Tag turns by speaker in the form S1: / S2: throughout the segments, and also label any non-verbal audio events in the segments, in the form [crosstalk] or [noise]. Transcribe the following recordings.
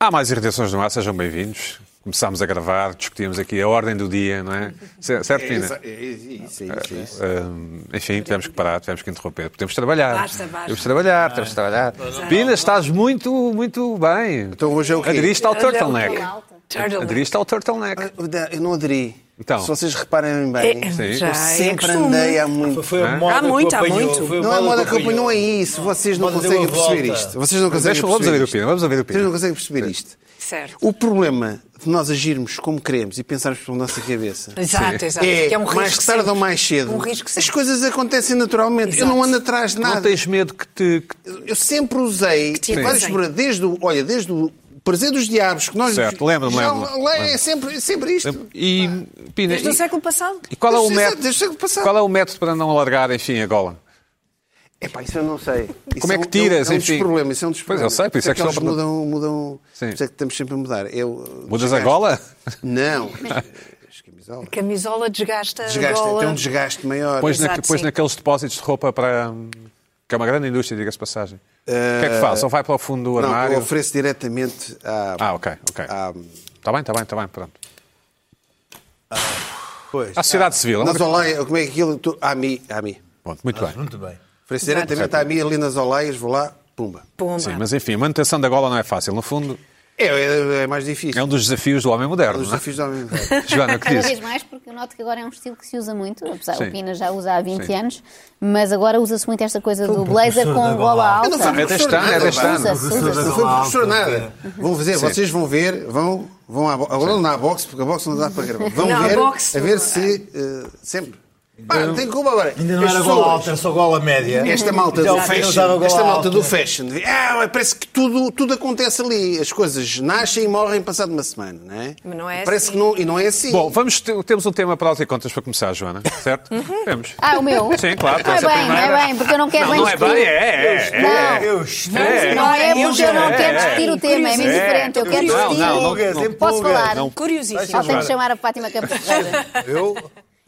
S1: Há mais irritações no ar, sejam bem-vindos. Começámos a gravar, discutíamos aqui a ordem do dia, não é? Certo, Tina?
S2: É isso, é isso, é isso.
S1: Hum, enfim, tivemos que parar, tivemos que interromper. Podemos trabalhar.
S3: Basta, basta.
S1: Temos de trabalhar, temos de trabalhar. Pina, estás muito, muito bem.
S2: Então hoje é o quê?
S1: Aderiste
S3: um
S1: ao turtleneck. Ah,
S3: Turtle.
S1: Aderiste ao turtleneck.
S2: Eu não aderi.
S1: Então.
S2: Se vocês reparem bem,
S3: É,
S1: Sim.
S3: já,
S2: eu
S3: é
S2: sempre
S3: costume.
S2: andei há muito.
S4: Foi a moda
S3: Há muito,
S4: que
S3: há
S4: apanhou,
S3: muito.
S4: foi
S2: Não é moda que eu
S4: apanhou.
S2: não é isso. Vocês não
S4: Moda deu
S2: conseguem
S4: a volta.
S2: perseguir isto. Vocês não conseguem
S1: Deixa, vamos ouvir
S2: perceber
S1: o Pina,
S2: isto.
S1: vamos ouvir o
S2: Vocês não
S1: Pina.
S2: conseguem perceber isto.
S3: Certo.
S2: O problema de nós agirmos como queremos e pensarmos pela nossa cabeça
S3: Exato, exato.
S2: é,
S3: que é um risco.
S2: mais tarde
S3: sempre.
S2: ou mais cedo,
S3: Um risco
S2: as
S3: sempre.
S2: coisas acontecem naturalmente. Eu não ando atrás de nada.
S1: Não tens medo que te... que te-
S2: Eu sempre usei
S3: te
S2: vários
S3: avisem.
S2: programas, desde o, olha, desde o Prazer dos Diabos, que nós.
S1: Certo, lembro-me,
S2: Já-
S1: lembro-me,
S2: É sempre, é sempre isto.
S1: E, Pina,
S3: Desde o
S1: e,
S3: século passado.
S1: e qual é o
S2: Desde-
S1: método...
S2: desde o século passado.
S1: Qual é o método para não alargar, enfim, a gola?
S2: Epá, isso eu não sei. Isso
S1: Como é que
S2: um-
S1: tiras,
S2: É um,
S1: enfim?
S2: dos problemas. Isso é um dos
S1: Pois, eu
S2: problemas.
S1: sei, por isso é que
S2: eles
S1: estou a
S2: mudam, mudam.
S1: Sim.
S2: Por isso é que estamos sempre a mudar. Eu,
S1: Mudas a
S2: desgaste-
S1: gola?
S2: Não. As camisolas.
S3: Camisola desgasta. a
S2: Desgaste,
S3: gola.
S2: tem um desgaste maior.
S1: Pões, na,
S3: Exato,
S1: pões
S3: sim.
S1: naqueles depósitos de roupa para... hum, Que é uma grande indústria, diga-se de passagem. O que é que faz? Ou vai para o fundo do
S2: Eh, não,
S1: armário?
S2: eu ofereço diretamente à.
S1: Ah, ok, ok.
S2: à-
S1: Está bem, está bem, está bem, pronto.
S2: pois,
S1: À sociedade civil. é uma
S2: nas
S1: coisa-
S2: Olaias, como é que aquilo. tu- À mim, à mim.
S1: Pronto,
S2: é-
S1: muito bem.
S4: Muito bem.
S2: Ofereço diretamente à mim ali nas Olaias, vou lá, pumba.
S3: Pumba.
S1: Sim, mas enfim, a manutenção da gola não é fácil. No fundo,
S2: É, é, é mais difícil.
S1: é um dos desafios do homem moderno.
S2: Os
S1: não é?
S2: desafios da
S3: [laughs]
S2: homem.
S1: [laughs] Joana, o que
S5: Cada
S1: diz?
S5: vez mais, porque eu noto que agora é um estilo que se usa muito, apesar
S1: Sim.
S5: o Pina já usa há 20
S1: Sim.
S5: anos, mas agora usa-se muito esta coisa do
S4: um professor
S5: blazer
S4: da
S5: com
S4: gola
S5: gola
S4: alta.
S5: alta.
S2: Eu não fui
S1: É
S2: professor
S1: deste ano, é
S2: nada,
S1: deste
S2: pá.
S1: ano.
S2: Não fui professor é nada. Vão fazer, vocês vão ver, vão, vão à, bo- agora não há boxe, porque a boxe não dá para gravar. Vão
S3: Não, a
S2: ver,
S3: boxe
S2: a ver se eh, sempre. Pá, não tem culpa agora.
S4: Ainda não
S2: As
S4: era gola
S2: pessoas-
S1: né?
S4: alta, era só gola média.
S2: Esta malta
S4: Já
S2: do
S4: o Pina usava
S2: fashion,
S4: gola
S2: esta malta
S4: alta.
S2: do fashion, ah, parece que tudo, tudo acontece ali. As coisas nascem e morrem passado uma semana, não é?
S3: Mas não é
S2: parece que não, e não é assim.
S1: Bom, vamos ter- temos um tema para altas e contas para começar, Joana, certo? Temos.
S5: Ah, o meu?
S1: Sim, claro, tu
S5: Não é
S1: és a
S5: bem, não
S1: primeira.
S5: é bem, porque eu não quero
S1: Uhum. Não,
S5: bem
S1: não é
S5: discutir.
S1: bem, é, é,
S5: Não.
S1: é.
S4: Eu
S5: Não,
S4: estou.
S5: não é
S3: Eu
S5: porque
S3: já-
S5: eu não quero
S1: é,
S5: discutir
S3: é.
S5: o tema, é muito
S3: É.
S5: diferente. Eu quero
S1: Não,
S5: discutir.
S4: é
S1: não, não.
S5: Posso falar?
S1: Não.
S3: Curiosíssimo.
S5: Ou tenho
S1: Joana.
S5: que chamar a Fátima Campos Ferreira?
S4: Eu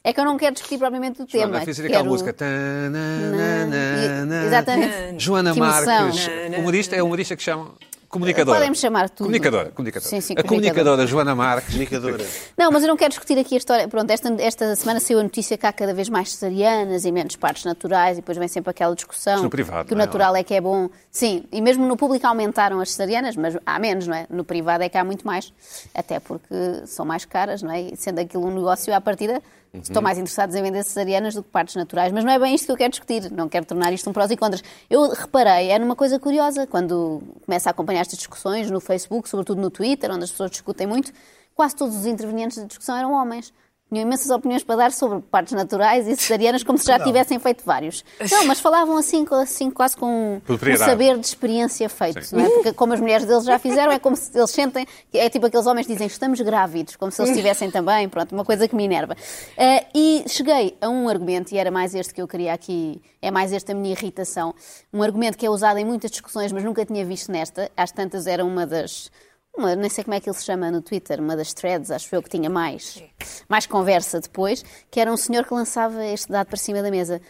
S5: É que eu não quero discutir propriamente o tema.
S1: Joana, fiz aquela
S5: quero-
S1: música. Tá, na, na, na, na.
S5: Exatamente.
S1: [laughs] Joana
S5: Que emoção.
S1: Marques, humorista, é humorista que chamam. Comunicadora.
S5: Podem-me chamar tudo.
S1: Comunicadora, comunicadora.
S5: Sim, sim,
S1: a comunicadora Joana Marques.
S2: comunicadora.
S5: Não, mas eu não quero discutir aqui a história. Pronto, esta, esta semana saiu a notícia que há cada vez mais cesarianas e menos partos naturais, e depois vem sempre aquela discussão
S1: Isto no privado,
S5: que o
S1: não é?
S5: natural é que é bom. Sim, e mesmo no público aumentaram as cesarianas, mas há menos, não é? No privado é que há muito mais, até porque são mais caras, não é? E sendo aquilo um negócio à partida,
S1: Uhum.
S5: estão mais interessados em vender cesarianas do que partos naturais. Mas não é bem isto que eu quero discutir, não quero tornar isto um prós e contras. Eu reparei, era uma coisa curiosa, quando começo a acompanhar estas discussões no Facebook, sobretudo no Twitter, onde as pessoas discutem muito, quase todos os intervenientes da discussão eram homens. Tinham imensas opiniões para dar sobre partes naturais e cesarianas, como se já tivessem feito vários. Não, mas falavam assim, co- assim quase com um- um
S1: Propriedade.
S5: saber de experiência feito, não é? Porque como as mulheres deles já fizeram, é como se eles sentem, é tipo aqueles homens que dizem estamos grávidos, como se eles estivessem também, pronto, uma coisa que me enerva. Eh, e cheguei a um argumento, e era mais este que eu queria aqui, é mais esta minha irritação, um argumento que é usado em muitas discussões, mas nunca tinha visto nesta, às tantas era uma das, uma, nem sei como é que ele se chama no Twitter, uma das threads, acho eu que tinha mais, mais conversa depois, que era um senhor que lançava este dado para cima da mesa.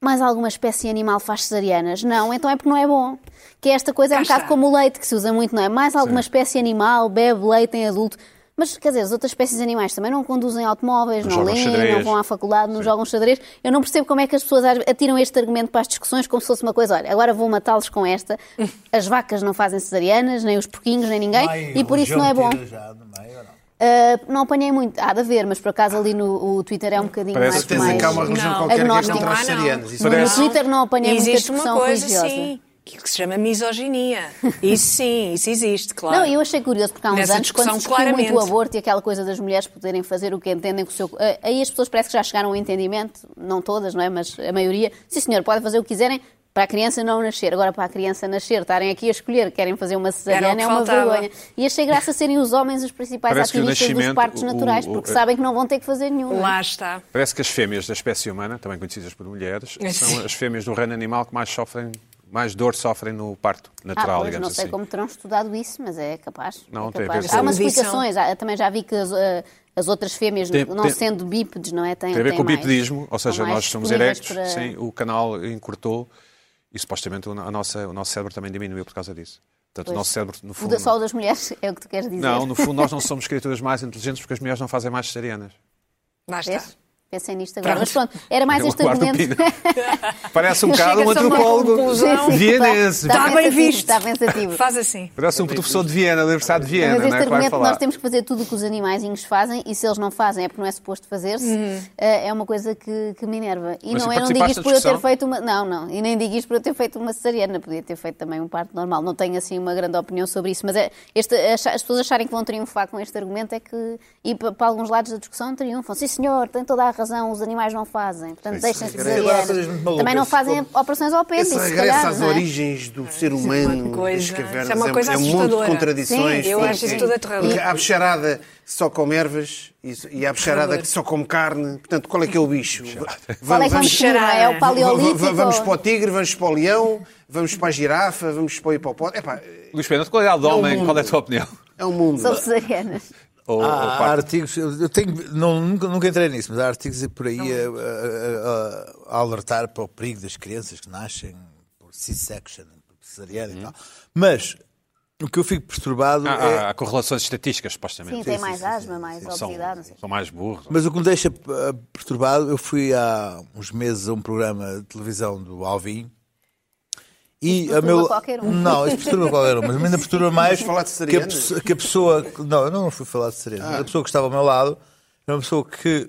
S5: Mais alguma espécie animal faz cesarianas? Não, então é porque não é bom. Que esta coisa é um
S3: Cá
S5: bocado
S3: está.
S5: como o leite que se usa muito, não é? Mais alguma espécie animal bebe leite em adulto. Mas, quer dizer, as outras espécies de animais também não conduzem automóveis,
S1: Não
S5: não,
S1: jogam
S5: leem,
S1: xadrez.
S5: não vão à faculdade, não jogam xadrez. Eu não percebo como é que as pessoas às- atiram este argumento para as discussões como se fosse uma coisa, olha, agora vou matá-los
S1: [laughs]
S5: com esta. As vacas não fazem cesarianas, nem os porquinhos, nem ninguém, e por isso não é bom. Uh, não apanhei muito, há de haver, mas por acaso ali no o Twitter é um bocadinho
S1: Parece
S5: mais...
S1: que tens
S2: Certeza
S5: mais...
S2: que há uma religião
S3: Não.
S2: qualquer que
S1: é
S5: Agnóstico.
S2: não traz
S3: Ah, não.
S2: cerianos. Isso
S5: No-
S2: parece-
S5: No Twitter não apanhei muita
S3: Existe
S5: discussão
S3: uma coisa,
S5: religiosa.
S3: sim, que se chama misoginia. Isso sim, isso existe, claro.
S5: Não, eu achei curioso, porque há uns
S3: Nessa
S5: anos, quando se
S3: discussão,
S5: discutiu muito o
S3: claramente.
S5: aborto e aquela coisa das mulheres poderem fazer o que entendem com o seu... eh, Aí as pessoas parece que já chegaram a um entendimento, não todas, não é? Mas a maioria, sim senhor, podem fazer o que quiserem, para a criança não nascer. Agora, para a criança nascer, estarem aqui a escolher, querem fazer uma
S3: Era o
S5: cesariana,
S3: que
S5: é uma
S3: faltava.
S5: vergonha. E achei graça serem os homens os principais
S1: Parece que o
S5: ativistas dos
S1: nascimento,
S5: partos
S1: o-
S5: naturais,
S1: o-
S5: porque
S1: o-
S5: sabem que não vão ter que fazer nenhum. não é?
S3: Lá está.
S1: Parece que as fêmeas da espécie humana, também conhecidas por mulheres, são
S3: Sim.
S1: as fêmeas do reino animal que mais sofrem, mais dor sofrem no parto natural,
S5: Ah, pois,
S1: digamos
S5: não sei
S1: assim.
S5: como terão estudado isso, mas é capaz.
S1: Não,
S5: é
S1: tem a
S5: capaz.
S1: ver com
S5: Há umas
S3: isso.
S5: explicações, há- também já vi que as, eh, as outras fêmeas,
S1: Tem-
S5: não
S1: tem-
S5: sendo bípedes, não é? Têm,
S1: Tem a ver
S5: têm
S1: com o
S5: mais-
S1: bipedismo, ou
S5: são
S1: seja,
S5: mais
S1: nós somos
S5: disponíveis
S1: erectos,
S5: para-
S1: sim, o canal encurtou e supostamente o, a nossa, o nosso cérebro também diminuiu por causa disso. Portanto,
S5: Pois.
S1: o nosso cérebro, no
S5: O
S1: fundo.
S5: da- Só o das mulheres [laughs] é o que tu queres dizer.
S1: Não, no fundo, nós não somos criaturas mais inteligentes porque as mulheres não fazem mais cesarianas.
S3: Lá está.
S5: Vês? Pensem nisto agora. Mas
S3: Pronto.
S5: pronto, era mais
S1: Eu
S5: este
S1: guardo
S5: argumento.
S1: opinião.
S5: [laughs]
S1: Parece um
S5: Chega
S1: bocado um
S3: só uma
S1: antropólogo
S3: conclusão.
S5: Sim, sim,
S1: vienense.
S5: tá- tá
S3: Está bem
S5: pensativo,
S3: visto.
S5: Está pensativo.
S3: Faz assim.
S1: Parece um professor de Viena, da Universidade de Viena,
S5: Mas
S1: não é?
S5: este
S1: Que vai
S5: argumento
S1: falar.
S5: nós temos que fazer tudo o que os animaizinhos fazem e se eles não fazem é porque não é suposto fazer-se, eh, é uma coisa que, que me enerva.
S1: Uhum.
S5: E
S1: Mas
S5: não
S1: e
S5: é, não digo
S1: participaste
S5: isto
S1: da
S5: por eu ter
S1: discussão?
S5: feito uma. Não, não. E nem digo isto por eu ter feito uma cesariana, podia ter feito também um parto normal. Não tenho assim uma grande opinião sobre isso, mas é, este, acha- as pessoas acharem que vão triunfar com este argumento é que. E pa- para, alguns lados da discussão triunfam. Sim, senhor, tem toda a razão, os animais não fazem. Portanto, deixem-se de
S2: regresso.
S4: Sei lá,
S5: cesarianas.
S4: coisas muito malucas.
S5: Também não fazem operações ao apêndice.
S2: Esse
S5: se
S2: regresso
S5: calhar,
S2: às
S5: não é?
S2: origens do ser humano,
S3: coisa-
S2: das cavernas,
S3: isso é uma
S2: um-
S3: coisa
S2: um monte de
S3: assustadora.
S2: contradições.
S5: Sim, eu
S2: porque-
S5: acho isso tudo
S3: aterrador.
S2: Porque há bicharada que só come ervas e, e há bicharada que só come carne. Portanto, qual é que é o
S5: [laughs]
S2: bicho?
S5: Qual é que vamos
S3: Vamos-
S5: chamar? É o
S2: vamos,
S5: paleolítico?
S2: vamos- vamos para o tigre, vamos para o leão, vamos para a girafa, vamos para o hipopótamo. Epá,
S1: Luís Pedro, qual é a de homem? Qual é a tua opinião?
S2: é um mundo.
S5: São cesarianas.
S3: Ah,
S1: Ou, ou
S4: Há, há
S1: parte-
S4: artigos, eu eu tenho, não, nunca, nunca entrei nisso, mas há artigos por aí a, a- a- a alertar para o perigo das crianças que nascem por C-section, por
S1: Hum.
S4: cesariana e tal. Mas o que eu fico perturbado
S1: há,
S4: é.
S1: Ah, há- há correlações estatísticas, supostamente.
S5: Sim, tem mais asma, mais
S1: São,
S5: obesidade, não sei.
S1: são mais burros.
S4: Mas o que me deixa eh, perturbado, eu fui há uns meses a um programa de televisão do Alvin. E
S5: Isso
S4: a meu...
S5: perturba qualquer um.
S4: Não, isso perturba qualquer um, mas ainda perturba mais
S2: falar de
S4: que, a
S2: cesarianas?
S4: pessoa, que a pessoa. Não, eu não fui falar de sereno. A pessoa que estava ao meu lado era uma pessoa que.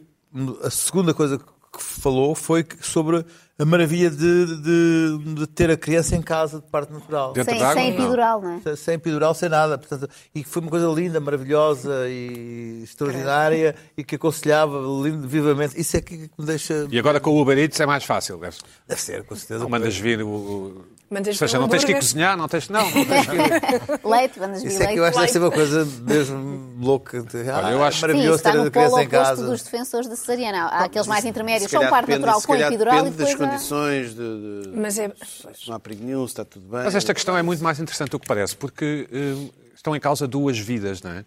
S4: A segunda coisa que falou foi que- sobre a maravilha de, de- de ter a criança em casa de parte natural.
S1: Dentro de
S5: Sem,
S1: água,
S5: sem
S1: não.
S5: epidural, não é?
S4: Sem- Sem epidural, sem nada. Portanto, e que foi uma coisa linda, maravilhosa e extraordinária e que aconselhava lindo, vivamente. Isso é que me deixa.
S1: E agora com o Uber Eats é mais fácil. Deve
S4: Deve ser, com certeza.
S1: não mandas vir o- o.
S3: Mandas
S1: Ou seja,
S3: vir o
S1: não tens que ir
S3: hambúrguer.
S1: cozinhar, não tens. Não, não tens que ir.
S5: Leite, bandas de
S4: Isso é
S5: leite.
S4: que eu acho que deve ser uma coisa mesmo louca. de- Ah,
S1: eu acho-
S4: é
S5: Sim, isso
S4: maravilhoso
S5: está
S4: ter a
S5: no polo
S4: criança em
S5: oposto
S4: casa.
S5: dos defensores da cesariana. Há aqueles mais
S2: Se
S5: intermédios, só um
S2: calhar
S5: parto
S2: depende-
S5: natural
S2: se
S5: com
S2: calhar
S5: epidural e
S2: depende das
S5: depois é? há...
S2: condições, de, de-
S3: Mas é.
S2: se não há perigo nenhum, se está tudo bem.
S1: Mas esta questão é muito mais interessante do que parece, porque hum, estão em causa duas vidas, não é?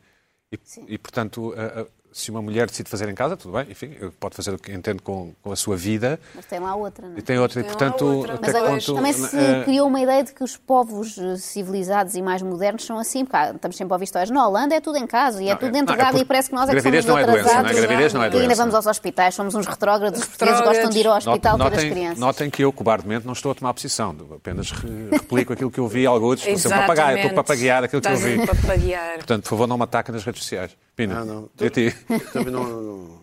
S1: E, e, portanto, a- a- se uma mulher decide fazer em casa, tudo bem, enfim, pode fazer o que entende com, com a sua vida,
S5: Mas tem lá outra, não é?
S1: e tem outra, e
S3: Tem lá
S1: portanto,
S3: outra.
S1: até
S5: Mas
S1: que
S5: agora,
S1: ponto.
S5: também se
S1: eh,
S5: criou uma ideia de que os povos eh, civilizados e mais modernos são assim, porque há- estamos sempre a ouvir histórias. Na Holanda é tudo em casa e é
S1: Não,
S5: tudo
S1: é-
S5: dentro
S1: não,
S5: de
S1: é
S5: água e
S1: porque
S5: parece que nós é que
S1: gravidez
S5: somos
S1: não é
S5: atrasados.
S1: doença, não é? Gravidez não é
S5: E ainda
S1: doença.
S5: vamos aos hospitais, somos uns retrógrados, os portugueses gostam de ir ao hospital todas as
S1: notem,
S5: crianças.
S1: notem que eu, cobardemente, não estou a tomar posição, apenas re- replico aquilo que eu vi, alguns, por exemplo,
S3: Exatamente.
S1: um papagaio, estou a papaguear aquilo que eu vi.
S3: Estás a papaguear.
S1: Portanto, por favor, não me ataquem nas redes sociais. Pina,
S2: Ah, não.
S1: e a ti? [laughs]
S2: Também não, não-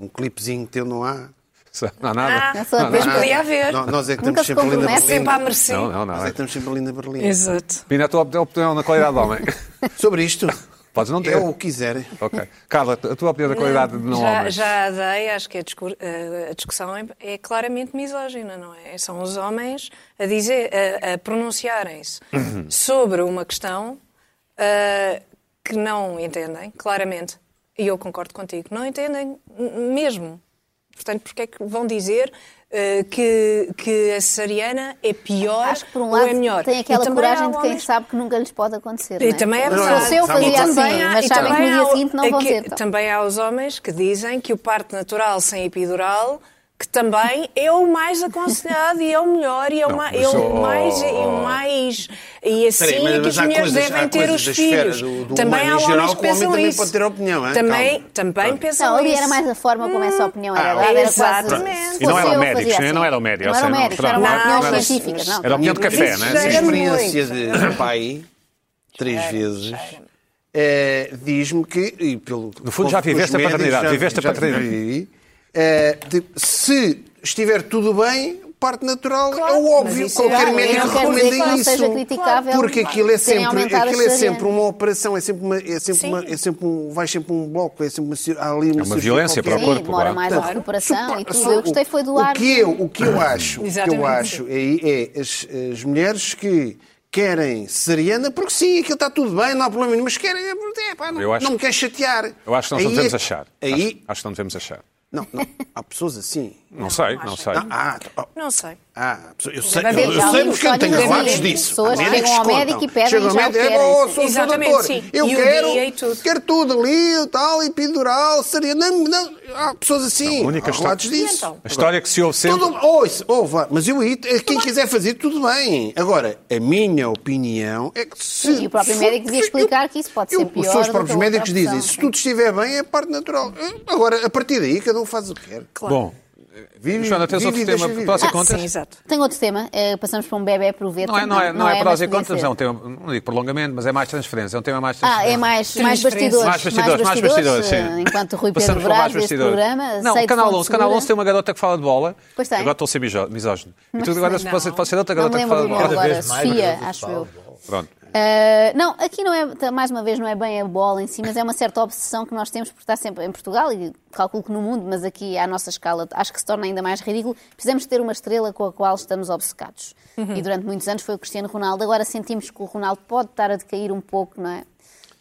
S2: Um clipezinho teu não há.
S1: Não há nada.
S3: Ah,
S5: só
S1: não, há
S5: depois
S1: nada.
S2: Nada.
S3: podia haver.
S2: Nó- Nós é que estamos
S5: Nunca se
S2: sempre ali na
S5: compromete.
S3: Sempre à
S2: Berlim.
S3: mercê.
S1: não, não,
S2: Nós
S1: não.
S2: é que estamos sempre ali na Berlim.
S3: Exato.
S1: Pina, a tua opinião na qualidade de homem. [laughs]
S2: Sobre isto,
S1: Podes não ter.
S2: é o que quiserem.
S1: Ok. Carla, a tua opinião da qualidade de não
S3: já,
S1: homem.
S3: já dei, acho que a, discur- a- a discussão é, é claramente misógina, não é? São os homens a dizer, a, a pronunciarem-se
S1: Uhum.
S3: sobre uma questão ah, que não entendem, claramente. E eu concordo contigo, não entendem n- mesmo. Portanto, porque é que vão dizer ah, que, que a cesariana é pior
S5: Acho que por um
S3: ou
S5: lado
S3: é melhor?
S5: tem
S3: E
S5: aquela
S3: também
S5: coragem
S3: há
S5: de quem
S3: homens-
S5: sabe que nunca lhes pode acontecer.
S3: e
S5: não é?
S3: também é
S5: Se
S3: verdade.
S5: fosse eu
S2: Sabe
S5: fazia
S2: que
S5: assim,
S3: Também há-
S5: mas
S3: e
S5: sabem que
S3: também
S5: no dia
S3: há-
S5: seguinte não
S3: é
S5: vão
S3: que
S5: ter. tal.
S3: Também há os homens que dizem que o parto natural sem epidural que também [laughs] é o mais aconselhado e é o melhor e é o,
S1: Não,
S3: ma-
S1: mas
S3: é o
S1: só-
S3: mais e o mais e assim
S2: oh, Peraí, mas-
S3: é que
S2: mas
S3: as
S2: há
S3: mulheres
S2: coisas- há
S3: devem ter
S2: coisas
S3: os
S2: da esfera
S3: filhos.
S2: do- do
S3: também
S2: humano em
S3: há homens
S2: geral
S3: que
S2: que o homem
S3: pensam
S2: também
S3: isso.
S2: pode ter opinião, hein?
S3: Também,
S2: Calma.
S3: também pensam
S5: Não, ali
S3: isso.
S5: era mais a forma como essa opinião era dada. Era quase,
S3: exatamente.
S5: se
S1: E não
S5: fosse
S1: eram
S5: eu,
S1: médicos,
S5: fazia
S1: né?
S5: assim.
S1: Não eram médicos,
S5: Não
S1: ou
S5: eram
S1: seja, não-
S5: médicos, eram
S1: não
S3: eram
S5: opiniões
S3: médicos.
S5: científicas. Não,
S1: Era opinião de café,
S3: Isso
S1: não
S2: A
S1: é?
S3: já
S1: Sim.
S3: era-
S2: experiência de pai, três
S5: É,
S2: vezes, eh, diz-me que, e pelo,
S1: No fundo, já viveste a paternidade, viveste a paternidade.
S2: vivi, eh, de- se estiver tudo bem, parte natural é o óbvio.
S3: mas isso
S2: Qualquer
S3: é-
S2: médico
S3: não quer dizer
S2: recomenda
S5: que não
S2: isso.
S5: seja criticável
S2: porque aquilo é
S5: terem
S2: sempre,
S5: aumentado
S2: aquilo
S5: as
S2: é sempre
S5: cesarianas.
S2: uma operação, é sempre uma, é sempre
S3: Sim.
S2: uma- é sempre um, vai sempre um bloco, é sempre uma, cir- há ali uma,
S1: É uma
S2: cirurgia
S1: violência
S2: qualquer.
S1: para o
S5: Sim,
S1: corpo,
S5: demora
S1: claro.
S5: mais a
S2: Claro.
S5: recuperação
S2: Supa-
S5: e
S2: su-
S5: tudo. Eu gostei foi do
S2: o
S5: ar.
S2: que eu, o que eu acho, o que eu
S3: Exatamente.
S2: acho é, é as, as mulheres que querem cesariana, porque sim, aquilo está tudo bem, não há problema nenhum, mas querem, é, pá, não,
S1: Eu acho-
S2: não me querem chatear.
S1: Eu acho que nós não
S2: Aí
S1: devemos
S2: é-
S1: achar.
S2: Aí,
S1: Acho, acho que não devemos achar.
S2: não, não, há pessoas assim.
S1: [laughs] Não sei, não sei.
S2: Não, há, há-
S3: Não sei.
S2: há pessoas- eu sei,
S3: Deve
S2: eu,
S3: haver
S2: eu sei
S5: alguém
S2: porque eu
S5: é que
S2: tenho
S5: escolhe
S2: relatos
S5: dizer.
S2: disso.
S5: Pessoas
S2: Há médicos
S5: chegam ao
S2: que contam.
S5: médico e pedem
S2: Chegam ao
S5: já o
S2: médico, é
S5: querem,
S2: "Oh,
S5: sim."
S2: sou- sou
S3: Exatamente,
S2: doutor,
S3: sim.
S2: eu
S3: E o
S2: quero,
S3: dia e tudo.
S2: quero tudo ali, tal, e pedural, seria, não, não, há pessoas assim,
S1: Não, a única
S2: há relatos
S1: história-
S2: disso.
S3: então?
S1: A história que se ouve sempre...
S5: um
S2: Todo, ouça, ouva, mas eu aí, eh, quem quiser fazer, tudo bem. Agora, a minha opinião é que se.
S5: E o próprio
S2: se-
S5: médico devia
S2: eu-
S5: explicar que isso pode ser pior
S2: Os seus
S5: do que
S2: próprios
S5: a outra
S2: médicos dizem:
S5: opção.
S2: se tudo estiver bem, é parte natural. Agora, a partir daí, cada um faz o que quer.
S3: Claro.
S1: Bom,
S2: Vive,
S1: Joana, tens
S2: vive
S1: outro
S2: e deixa
S1: tema
S2: viver.
S1: prós e
S3: Ah,
S1: contras?
S3: sim, exato.
S5: Tem outro tema, eh, passamos para um bebê por ver.
S1: Não é, não é, não é prós
S5: mas
S1: e
S5: podia
S1: contras,
S5: ser.
S1: é um tema, não digo prolongamento, mas é mais transferência, é um tema mais
S5: Ah,
S1: transferência.
S5: é mais, mais
S3: Transferência.
S5: bastidores.
S1: Mais bastidores, mais bastidores,
S5: eh,
S1: sim.
S5: Enquanto Rui Pedro
S1: Passamos por
S5: Brás
S1: mais
S5: deste
S1: bastidores.
S5: programa.
S1: Não,
S5: sei
S1: o
S5: de
S1: Canal
S5: fonte
S1: 11, Canal
S5: segura.
S1: 11 tem uma garota que fala de bola.
S5: Pois tem.
S1: Agora estou a ser misó- misógino. E tu
S5: Mas
S1: agora
S3: não.
S1: pode, pode ser outra
S5: Não
S1: garota
S5: me
S1: que fala
S5: lembro
S1: de
S5: do
S1: bola.
S5: nome agora,
S4: vez mais
S5: Sofia,
S4: garota
S5: acho
S4: fala
S5: eu.
S4: de bola.
S1: Pronto.
S5: Uh, não, aqui não é, mais uma vez, não é bem a bola em si, mas é uma certa obsessão que nós temos por estar sempre em Portugal e calculo que no mundo, mas aqui à nossa escala acho que se torna ainda mais ridículo. Precisamos ter uma estrela com a qual estamos obcecados.
S3: Uhum.
S5: E durante muitos anos foi o Cristiano Ronaldo. Agora sentimos que o Ronaldo pode estar a decair um pouco, não é?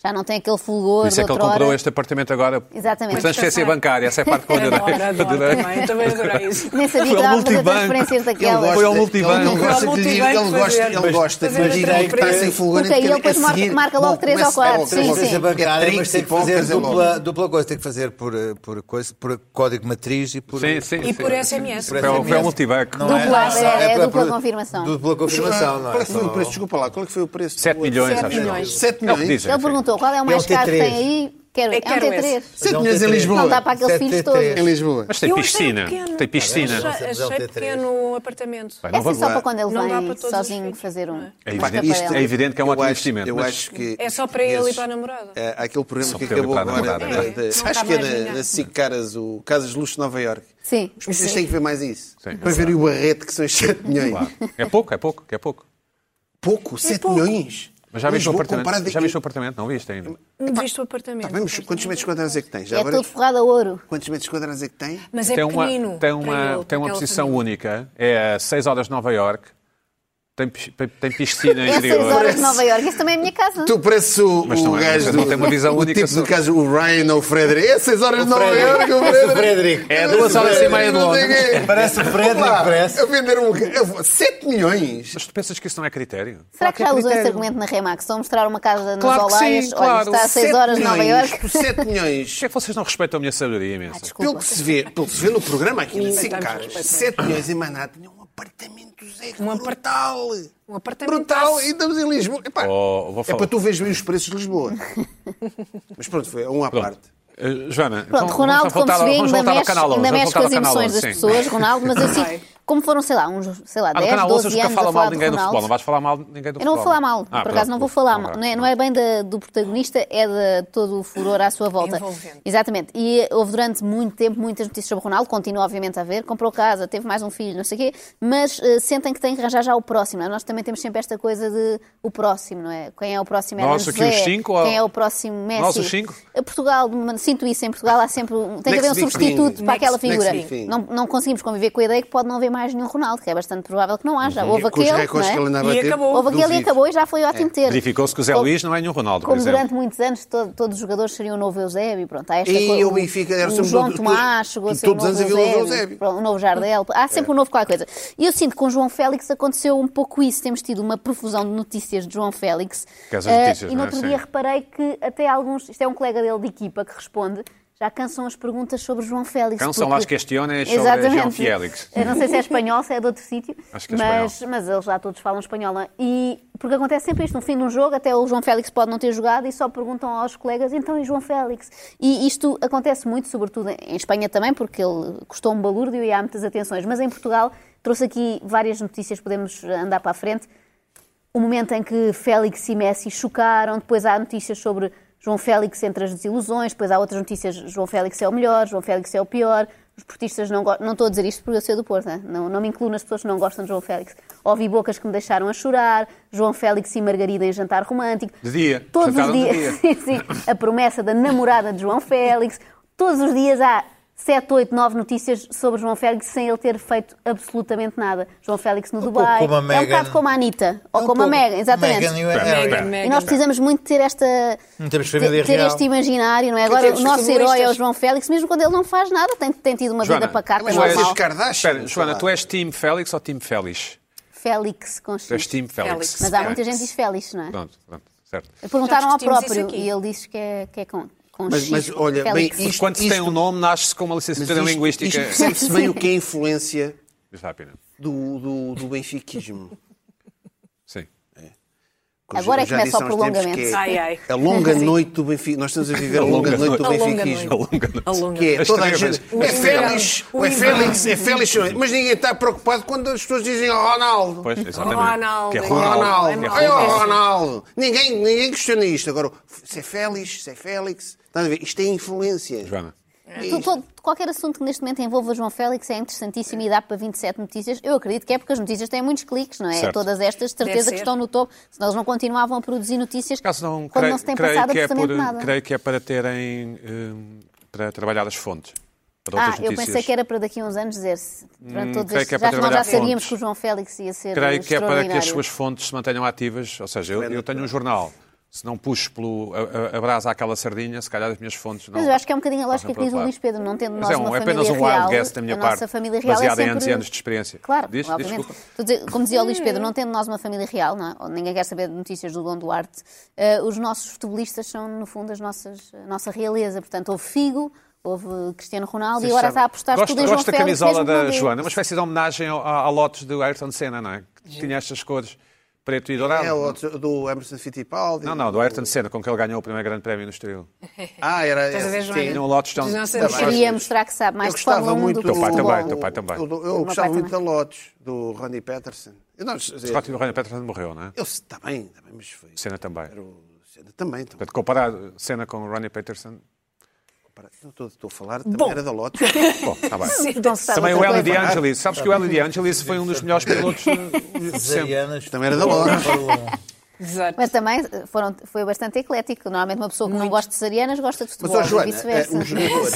S5: Já não tem aquele fulgor
S1: Por isso é
S5: de
S1: que ele
S5: outrora.
S1: comprou este apartamento agora.
S5: Exatamente.
S1: Por transferência
S3: Descansar.
S1: bancária, essa é a parte que eu adorei.
S3: Adoro, adoro também. então Também adorei isso.
S5: Nem
S1: [laughs]
S5: sabia
S1: Foi ao
S5: que dava para fazer
S1: multibanco.
S5: transferências
S2: Ele
S5: daquelas.
S2: gosta,
S1: Foi ao
S2: ele
S1: multibanco.
S2: Ele
S1: Foi
S3: ao
S2: gosta que lhe digam-
S3: multibanco
S2: ele gosta, ele gosta
S3: fazer-
S2: que lhe
S3: fazer
S2: digam que está
S3: transferência.
S2: sem fulgor
S5: Porque aí ele depois marca- marca logo três ou quatro, sim,
S4: Tem que
S5: sim.
S4: fazer
S2: É
S4: bancária, mas tem que fazer
S3: é
S4: dupla,
S2: dupla.
S4: dupla coisa. Tem que fazer por, eh, por, coisa, por código matriz e por.
S1: Sim, sim.
S3: E por é
S1: sim.
S3: SMS.
S1: Foi ao- foi ao multibanco.
S4: Não
S5: Dupla,
S4: não,
S5: é- é
S4: por-
S5: dupla
S4: por-
S5: confirmação.
S4: Dupla confirmação, não
S2: Qual é
S4: é?
S2: que foi o preço? Desculpa lá, qual é que foi o preço?
S1: 7 milhões,
S3: Sete
S1: acho eu.
S3: milhões.
S2: 7
S1: É o que
S2: milhões.
S1: dizem.
S5: Ele perguntou qual é o
S4: É
S5: mais
S4: um
S5: caro que
S4: T3.
S5: tem aí. Quero, é um
S3: quero
S5: T3.
S3: esse.
S2: 7 milhões em Lisboa.
S5: Não dá para aqueles filhos todos.
S2: Em Lisboa.
S1: Mas tem
S3: Eu achei
S1: piscina.
S3: pequeno.
S1: Tem piscina.
S3: Achei-
S4: Não,
S3: Achei
S4: não tem três.
S3: pequeno o apartamento.
S1: Vai, não
S5: Essa é
S1: vamos
S5: só
S1: lá.
S5: para quando ele
S3: Não dá para
S5: vem
S3: todos os
S5: sozinho
S3: filhos,
S5: fazer
S3: não
S5: um.
S3: é?
S1: É
S5: uma
S1: evidente,
S5: escaparela.
S1: é evidente que é um
S2: Eu
S1: ótimo
S2: acho-
S1: investimento.
S2: Eu
S1: mas-
S2: acho que.
S3: É só para ele e para a namorada.
S2: É, há aquele programa
S1: Só
S2: que
S1: para ele
S2: acabou
S1: e para a
S2: agora.
S1: namorada,
S2: de-
S3: não é?
S2: de-
S3: Não
S2: acho
S3: dá
S2: que é
S3: mais
S2: na,
S3: ninguém.
S2: na SIC Caras, o Casas de Luxo de Nova Iorque.
S5: Sim.
S2: Os portugueses
S5: Sim.
S2: têm que ver mais isso.
S1: Sim,
S2: para ver o barrete que são 7 milhões.
S1: Claro. É pouco, é pouco, é pouco.
S2: Pouco, 7
S3: É pouco.
S2: milhões.
S1: Mas já viste o
S2: Lisboa
S1: apartamento?
S2: comparado
S1: Já
S2: a-
S1: viste o apartamento? Não viste ainda?
S3: Não viste o apartamento.
S2: Pá,
S1: tá,
S2: vamos, quantos metros quadrados é que tens? Já
S5: É
S2: agora,
S5: tudo forrado a ouro.
S2: quantos metros quadrados é que tem?
S3: Mas é
S1: tem
S3: pequenino.
S1: uma, tem
S3: para
S1: uma,
S3: ele, é
S1: tem uma
S3: para ele
S1: posição
S3: também.
S1: única. É a 6 horas de Nova York. Tem, pis- tem piscina
S5: [laughs] É 6 horas
S1: interior.
S5: de Nova Iorque. Isso também é a minha casa.
S2: Tu pareces o,
S1: Mas
S2: o
S1: não é,
S2: gajo
S1: mas
S2: do.
S1: não tem uma visão
S2: o
S1: única
S2: tipo do
S1: sobre-
S2: caso, o Ryan ou o Frederick. É 6 horas de Nova Iorque, o
S4: Parece o
S2: Frederick.
S4: Frederick.
S1: É duas horas e meia de
S2: Não sei
S1: Londres.
S2: quê.
S4: Parece o Frederick,
S2: Opa,
S4: parece.
S2: Eu vender um. 7 milhões.
S1: Mas tu pensas que isso não é critério?
S5: Será que já usou esse
S1: critério.
S5: argumento na Remax? Estão a mostrar uma casa nas
S1: Claro que sim,
S5: Olaias, olha,
S1: claro.
S5: está a 6
S2: Sete
S5: horas de Nova
S2: milhões
S5: Iorque.
S2: Por 7 milhões.
S5: [laughs]
S1: Por que é que vocês não respeitam a minha sabedoria imensa?
S5: Ah, desculpa.
S2: Pelo que se vê, pelo que se vê no programa aqui,
S3: Ih,
S2: de cinco
S3: estamos
S2: caras,
S3: respeitando.
S2: 7 milhões em Maná tinha um apartamento Zé,
S3: Um apart-
S2: brutal.
S3: um apartamento
S2: Brutal,
S3: aço.
S2: e estamos em Lisboa. Epá,
S1: Oh, vou
S2: é
S1: falar.
S2: para tu veres bem os preços de
S5: [laughs]
S2: Lisboa. Mas pronto, foi um à parte.
S1: Eh, Joana,
S5: Pronto,
S1: então,
S5: Ronaldo,
S1: vamos
S5: como
S1: voltar,
S5: se vê,
S1: vamos
S5: ainda
S1: voltar ao
S5: mexe,
S1: canal 11.
S5: ainda
S1: vamos
S5: mexe com
S1: voltar
S5: as
S1: ao canal
S5: emoções
S1: 11,
S5: das
S1: sim.
S5: pessoas,
S2: [laughs]
S5: Ronaldo, mas eu
S3: Ai.
S5: sinto, como foram, sei lá, uns, sei lá,
S1: Ah, no
S5: 10,
S1: canal 11 eu
S5: 12
S1: nunca
S5: anos a
S1: falo mal
S5: falar
S1: de
S5: de
S1: ninguém do futebol. Não
S5: Ronaldo.
S1: vais falar mal de ninguém do futebol.
S5: Eu não vou falar mal,
S1: Ah,
S5: por
S1: pronto,
S5: acaso não vou falar
S1: ok.
S5: mal. Não é, não é bem da- do protagonista, é de todo o furor à sua volta.
S3: Envolvente.
S5: Exatamente. E houve durante muito tempo muitas notícias sobre o Ronaldo, continua obviamente a haver, comprou casa, teve mais um filho, não sei o quê, mas eh, sentem que têm que arranjar já o próximo. não é? Nós também temos sempre esta coisa de o próximo, não é? Quem é o próximo é
S1: Nós
S5: José,
S1: aqui os cinco, ou-
S5: quem é o próximo Messi.
S1: Nós os cinco?
S5: Eh, Portugal, mano, sinto isso, em Portugal há sempre um- tem que
S2: Next
S5: haver um
S2: big
S5: substituto
S2: thing.
S5: para aquela
S2: Next- next
S5: figura.
S2: big thing.
S5: Não, não conseguimos conviver com a ideia que pode não haver mais nenhum Ronaldo, que é bastante provável que não haja.
S1: Uhum.
S5: Houve
S2: Com os
S5: aquele,
S2: recordes
S5: não é?
S2: que ele andava a
S3: E
S2: ter,
S3: acabou.
S5: Houve aquele e
S2: duvido.
S5: acabou e já foi ótimo ter.
S1: É. Verificou-se que o Zé
S5: Como-
S1: Luís não é nenhum Ronaldo, por
S5: Como
S1: exemplo.
S5: durante muitos anos todo- todos os jogadores seriam o novo Eusébio, pronto, há esta
S2: E
S5: coisa.
S2: o Benfica era
S5: o
S2: sempre
S5: João
S2: todo-
S5: Tomás
S2: todo-
S5: chegou a ser
S2: todos
S5: o
S2: os
S5: novo
S2: anos havia o novo
S5: Eusébio,
S2: Eusébio.
S5: pronto, o novo Jardel,
S1: É.
S5: há sempre um novo qualquer coisa. E eu sinto que com o João Félix aconteceu um pouco isso, temos tido uma profusão de notícias de João Félix.
S1: Que essas
S5: Eh,
S1: notícias, não
S5: e no
S1: é?
S5: outro
S1: Sim.
S5: dia reparei que até alguns, isto é um colega dele de equipa que responde, já cansam as perguntas sobre João Félix.
S1: Cansam
S5: porque-
S1: as questões é sobre
S5: Exatamente.
S1: João Félix.
S5: Eu não sei se é espanhol, se é de outro sítio,
S1: Acho que é
S5: mas, mas eles lá todos falam espanhola. E porque acontece sempre isto, no fim de um jogo, até o João Félix pode não ter jogado e só perguntam aos colegas, então e João Félix? E isto acontece muito, sobretudo em Espanha também, porque ele custou um balúrdio e há muitas atenções. Mas em Portugal, trouxe aqui várias notícias, podemos andar para a frente. O momento em que Félix e Messi chocaram, depois há notícias sobre João Félix entre as desilusões, depois há outras notícias, João Félix é o melhor, João Félix é o pior. Os portistas não gostam, não estou a dizer isto porque eu sou do Porto, né? não, não me incluo nas pessoas que não gostam de João Félix. Ouvi bocas que me deixaram a chorar, João Félix e Margarida em jantar romântico.
S1: De dia.
S5: Todos os
S1: Jantaram de
S5: dias, [laughs] sim, sim, a promessa da namorada de João Félix. Todos os dias há 7, 8, 9 notícias sobre João Félix sem ele ter feito absolutamente nada. João Félix no
S4: pouco
S5: Dubai.
S4: como a
S5: é um
S4: Meghan.
S5: bocado como a Anitta, ou
S4: Um
S5: como a
S4: pouco
S5: Megan, exatamente.
S4: Meghan e o
S3: é
S4: Hum,
S1: Espera,
S4: Harry.
S1: espera.
S5: E nós precisamos muito ter esta.
S4: Não temos família
S5: ter
S4: real.
S5: este imaginário, não é? Agora
S3: temos
S5: o nosso herói é o
S3: futebolistas.
S5: João Félix, mesmo quando ele não faz nada, tem, tem tido uma
S1: Joana,
S5: vida pacata
S2: Mas
S1: tu és-
S2: vocês
S5: normal.
S2: Kardashian.
S1: Espera, Joana, tu és time Félix ou time Félix?
S5: Félix com X.
S1: Tu és time Félix.
S3: Félix.
S5: Mas há muita gente que diz Félix, não é?
S1: Pronto, pronto, certo.
S5: Perguntaram
S3: Já
S5: ao
S3: discutimos isso
S5: próprio
S3: aqui.
S5: e ele diz que é, que é com. com
S2: Mas,
S5: X,
S2: mas
S5: com
S2: olha, bem,
S5: Félix.
S1: Porque
S2: isto,
S1: quando se tem
S2: isto-
S1: um nome, nasce-se com uma
S2: mas
S1: licenciatura
S2: isto,
S1: em linguística.
S2: isto percebe-se bem o que é a influência
S1: Isto vale a pena.
S2: do, do, do benfiquismo.
S1: Sim.
S2: Que eu
S5: Agora é que
S2: já disse
S5: começa
S2: há
S5: o
S2: uns tempos
S5: prolongamento.
S2: que
S3: Ai, ai.
S2: É a longa noite do Benfica. Nós estamos a viver a
S1: longa
S2: longa, noite do
S3: noite. A longa
S2: benfiquismo.
S3: noite. Alonga.
S2: Que é,
S1: As
S2: toda a
S1: trevas.
S2: gente. É
S3: O
S2: Félix,
S3: inverno.
S2: é
S3: O
S2: Félix, é Félix. Mas ninguém está preocupado quando as pessoas dizem "Oh, Ronaldo. oh,
S1: Pois, exatamente.
S3: Ronaldo.
S1: Que é
S2: Ronaldo.
S1: Que é
S2: Olha o
S1: Ronaldo.
S2: Ronaldo. Ninguém, ninguém questiona isto. Agora, se é Félix, se é Félix. Estás a ver? Isto é influência.
S1: Joana.
S5: Tu- todo- qualquer assunto que neste momento envolva João Félix é interessantíssimo e dá para 27 notícias. Eu acredito que é porque as notícias têm muitos cliques, não é?
S1: Certo.
S5: Todas estas, de certeza
S3: ser.
S5: que estão no topo, senão eles não continuavam a produzir notícias
S1: Caso não,
S5: quando
S1: creio,
S5: não se tem
S1: creio
S5: passado
S1: que é
S5: absolutamente
S1: por-
S5: nada.
S1: Creio que é para terem. hum, para trabalhar as fontes. Para
S5: Ah,
S1: outras
S5: eu
S1: notícias.
S5: pensei que era para daqui a uns anos dizer-se. Durante todos
S1: creio
S5: estes,
S1: que é para
S5: já, nós
S1: trabalhar
S5: já sabíamos
S1: fontes.
S5: que o João Félix ia ser
S1: Creio que é para que as
S5: extraordinário.
S1: suas fontes se mantenham ativas. Ou seja, eu, eu tenho um jornal. Se não puxo pelo, a, a- a brasa àquela sardinha, se calhar as minhas fontes não.
S5: Mas eu acho que é um bocadinho a lógica
S1: Passam
S5: que diz
S1: para
S5: o
S1: lá.
S5: Luís Pedro, não tendo
S1: Mas
S5: nós
S1: é, um-
S5: uma
S1: é apenas
S5: família
S1: um wild
S5: real,
S1: guess da minha
S5: a
S1: parte,
S5: nossa família real
S1: baseada
S5: é
S1: em
S5: sempre...
S1: anos e anos de experiência.
S5: Claro,
S1: Diz, diz,
S5: obviamente.
S1: desculpa.
S5: Estou a dizer, como dizia o Luís Pedro, não tendo nós uma família real, não é? Ou ninguém quer saber de notícias do Dom Duarte, eh, os nossos futebolistas são, no fundo, as nossas, a nossa realeza. Portanto, houve Figo, houve Cristiano Ronaldo e agora
S1: Sabe,
S5: está a apostar
S1: gosto,
S5: tudo em João
S1: gosto da
S5: Félix.
S1: camisola
S5: mesmo que não
S1: da
S5: dê.
S1: Joana, uma espécie de homenagem ao- à, à Lotus do Ayrton Senna, não é? Que tinha estas cores preto e dourado.
S2: É o outro, do Emerson Fittipaldi.
S1: Não, não, do Ayrton Senna, com que ele ganhou o primeiro grande prémio no Estoril.
S2: Ah, era.
S3: Estás a ver,
S2: sim.
S3: Joana?
S1: Tinha um Lotus tão-
S3: Dos nossos-
S5: Eu queria mostrar que sabe
S2: Eu
S5: mais de
S2: gostava
S5: Fórmula 1
S2: muito
S5: do que de
S1: Teu pai
S5: futebol.
S1: também, teu pai também.
S2: Eu, eu
S5: meu
S2: gostava
S5: pai
S2: muito da
S5: também.
S2: Lotus, do Ronnie Peterson. Eu não,
S1: Scott Ryan Peterson morreu, não é?
S2: eu está bem, está bem, mas foi.
S1: Senna também.
S2: Era o Senna também. Então,
S1: Portanto, comparar Senna com Ronnie Peterson.
S2: para- não estou, estou a falar, também
S3: Bom.
S2: era da
S5: [laughs]
S2: Lotus.
S1: Bom, está bem.
S5: Então, se sabe
S1: Também o
S5: outra
S1: Hélio de
S5: coisa.
S1: Angelis. Sabes que o Hélio de Angelis foi um dos melhores pilotos de sempre.
S4: Arianas.
S2: Também era da Lola.
S3: Exato.
S5: Mas também eh, foram, foi bastante eclético. Normalmente uma pessoa que não gosta de cesarianas gosta de
S2: Mas,
S5: futebol
S2: ó,
S5: e
S2: Joana, eh,
S5: vice-versa.
S2: o
S5: [laughs]
S2: jogador, o
S5: é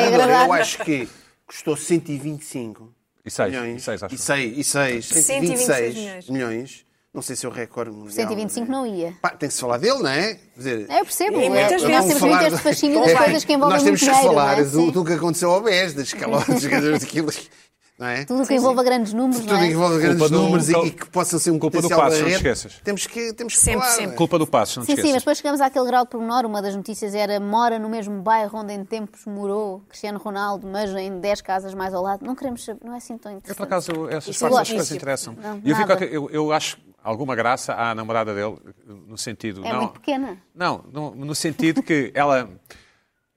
S2: jogador eu
S5: agradar.
S2: acho que custou 125
S1: E seis,
S2: milhões.
S1: e seis, acho.
S2: e seis, e seis,
S3: 126
S2: 126 milhões. Não sei se é o recorde mundial.
S5: 125
S2: é?
S5: não ia.
S2: Pá, tem que se falar dele, não é? Quer dizer,
S5: Eu percebo.
S3: E muitas
S5: é,
S3: vezes-
S5: nós temos muito
S2: falar-
S5: este fascínio das
S2: É,
S5: coisas que envolvem
S2: Nós temos
S5: muito
S2: que
S5: dinheiro.
S2: falar
S5: não é?
S2: do,
S5: Sim.
S2: do que aconteceu ao é BES, das [laughs] calotes, daquilo, não é?
S5: Tudo o que envolva grandes números,
S2: Tudo
S5: não é?
S2: que envolve grandes
S1: Culpa do-
S2: números e,
S1: cul-
S2: e que possam ser um
S1: culpa do
S2: potencial
S1: Passos,
S2: da
S1: não te
S2: rede,
S1: esqueças.
S2: Temos que, temos que
S3: Sempre,
S2: falar. é?
S3: sempre.
S1: Culpa do passo, não te
S5: Sim, sim,
S1: esqueças.
S5: mas depois chegamos àquele grau de pormenor. Uma das notícias era mora no mesmo bairro onde em tempos morou Cristiano Ronaldo, mas em 10 casas mais ao lado. Não queremos saber, não é assim tão
S1: Eu,
S5: interessante.
S1: por acaso, eu- essas partes
S5: Isso
S1: das
S5: gosto.
S1: coisas interessam.
S5: Não,
S1: E eu, fico,
S5: nada.
S1: eu, eu acho alguma graça à namorada dele, no sentido.
S5: É
S1: não,
S5: muito pequena.
S1: Não, no, no sentido que ela.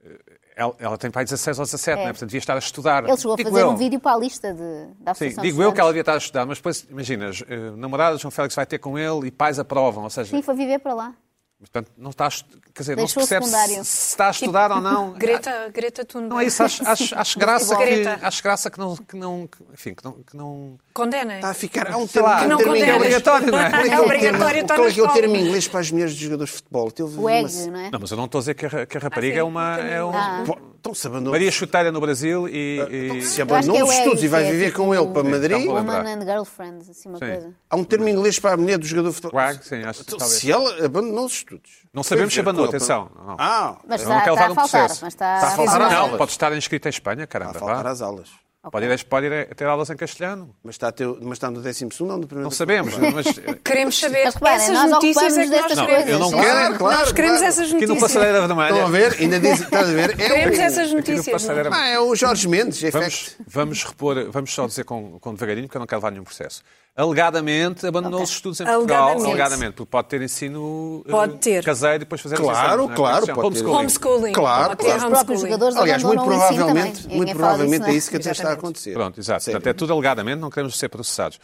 S1: eh, Ela, ela tem pai 16 ou 17,
S5: É.
S1: né? portanto devia estar a estudar.
S5: Ele chegou a
S1: Digo
S5: fazer
S1: eu.
S5: um vídeo para a lista de, da
S1: Sim,
S5: Associação de
S1: digo eu que ela
S5: Estudantes.
S1: devia estar a estudar, mas depois, imagina, eh, namorada, João Félix vai ter com ele e pais aprovam, ou seja,
S5: Sim, foi viver para lá.
S1: portanto, não está a, estu- quer dizer, não se
S5: Deixou o
S1: percebe se,
S5: secundário.
S1: se está a estudar ou não.
S3: [laughs] Greta, Greta Thunberg.
S1: Não é isso, acho, acho, acho graça, que,
S3: Greta.
S1: acho graça que não, que não que- enfim, que não, que não
S3: Condenem.
S2: Está a ficar. Há um
S1: Sei
S2: termo,
S1: lá,
S2: há um
S3: não
S2: termo em
S1: é
S3: condenas.
S2: inglês.
S1: obrigatório, não é?
S2: Qual que
S3: É
S2: o
S3: obrigatório,
S2: termo-
S3: está
S2: Qual
S3: na
S2: é que é o
S3: escola.
S2: termo em inglês para as mulheres jogadoras de futebol? Teve
S5: O
S2: uma-
S5: Egg, não é? Ah,
S1: Não, mas eu não estou a dizer que a, que a rapariga é uma. É um...
S2: Pô, Então se abandonou.
S1: Maria Chuteira no Brasil e. e-
S2: Ah, então Se
S5: Eu acho que
S2: abandonou
S5: é o
S2: os estudos
S5: Egg,
S2: e vai
S5: é
S2: viver
S5: tipo
S2: com ele para
S5: o-
S1: tá
S2: Madrid.
S1: Vou
S5: Woman
S1: lembrar.
S5: and Girlfriend, assim uma
S1: Sim.
S5: coisa.
S2: Há um termo em inglês para a mulher do jogador de futebol.
S1: Quag, sim, acho que
S2: Então,
S1: talvez.
S2: Se ela abandonou os estudos.
S1: Não sabemos
S2: Foi
S1: se abandonou,
S2: ver com ela.
S1: atenção. Não.
S2: Ah,
S5: Mas
S1: Ela não
S5: está,
S1: quer
S5: está
S1: levar
S5: a
S1: um
S5: faltar.
S1: processo.
S5: Mas está,
S2: Está a faltar às
S1: Não,
S2: aulas.
S1: pode estar inscrita em Espanha,
S2: Está
S1: caramba.
S2: a faltar
S1: vá.
S2: às aulas.
S1: Pode ir, pode ir a- ter aulas em castelhano.
S2: Mas está, a ter, mas está no 12 ou no primeiro?
S1: Não sabemos, mas.
S3: Queremos saber
S5: Mas reparem,
S3: essas
S5: nós
S3: notícias é
S5: ocupamos-nos
S3: que nós
S5: destas
S1: Não,
S3: queremos.
S1: eu não
S5: coisas.
S1: quero.
S2: Claro, claro.
S3: nós queremos
S2: claro.
S3: essas
S1: Aqui
S3: notícias.
S1: no Passadeira da
S2: Estão a
S1: Malha.
S2: ver? Ainda diz, estás a ver?
S3: Queremos
S2: É
S3: essas
S1: Aqui no
S3: notícias.
S1: Passadeira
S2: o, ah, é o Jorge Mendes, é
S1: Vamos,
S2: facto.
S1: vamos repor, vamos só dizer com, com devagarinho, porque eu não quero levar nenhum processo. Alegadamente abandonou os estudos em Portugal.
S3: Alegadamente.
S1: Alegadamente, porque pode ter ensino eh,
S3: Pode ter.
S1: caseiro e depois fazer os
S2: Claro,
S1: exames, não é? Como
S2: claro,
S1: se chama?
S2: pode ter.
S1: Homeschooling.
S3: Homeschooling.
S2: Claro, claro.
S3: Pode ter
S5: Os próprios
S3: homeschooling.
S5: jogadores
S2: Aliás, muito
S5: abandonam o ensino também.
S2: provavelmente,
S5: Ninguém
S2: muito
S5: fala disso,
S2: provavelmente é
S5: não.
S2: isso que até está a
S3: né? Exatamente.
S2: acontecer.
S1: Pronto, exato.
S2: Sério.
S1: Portanto, é tudo alegadamente, não queremos ser processados.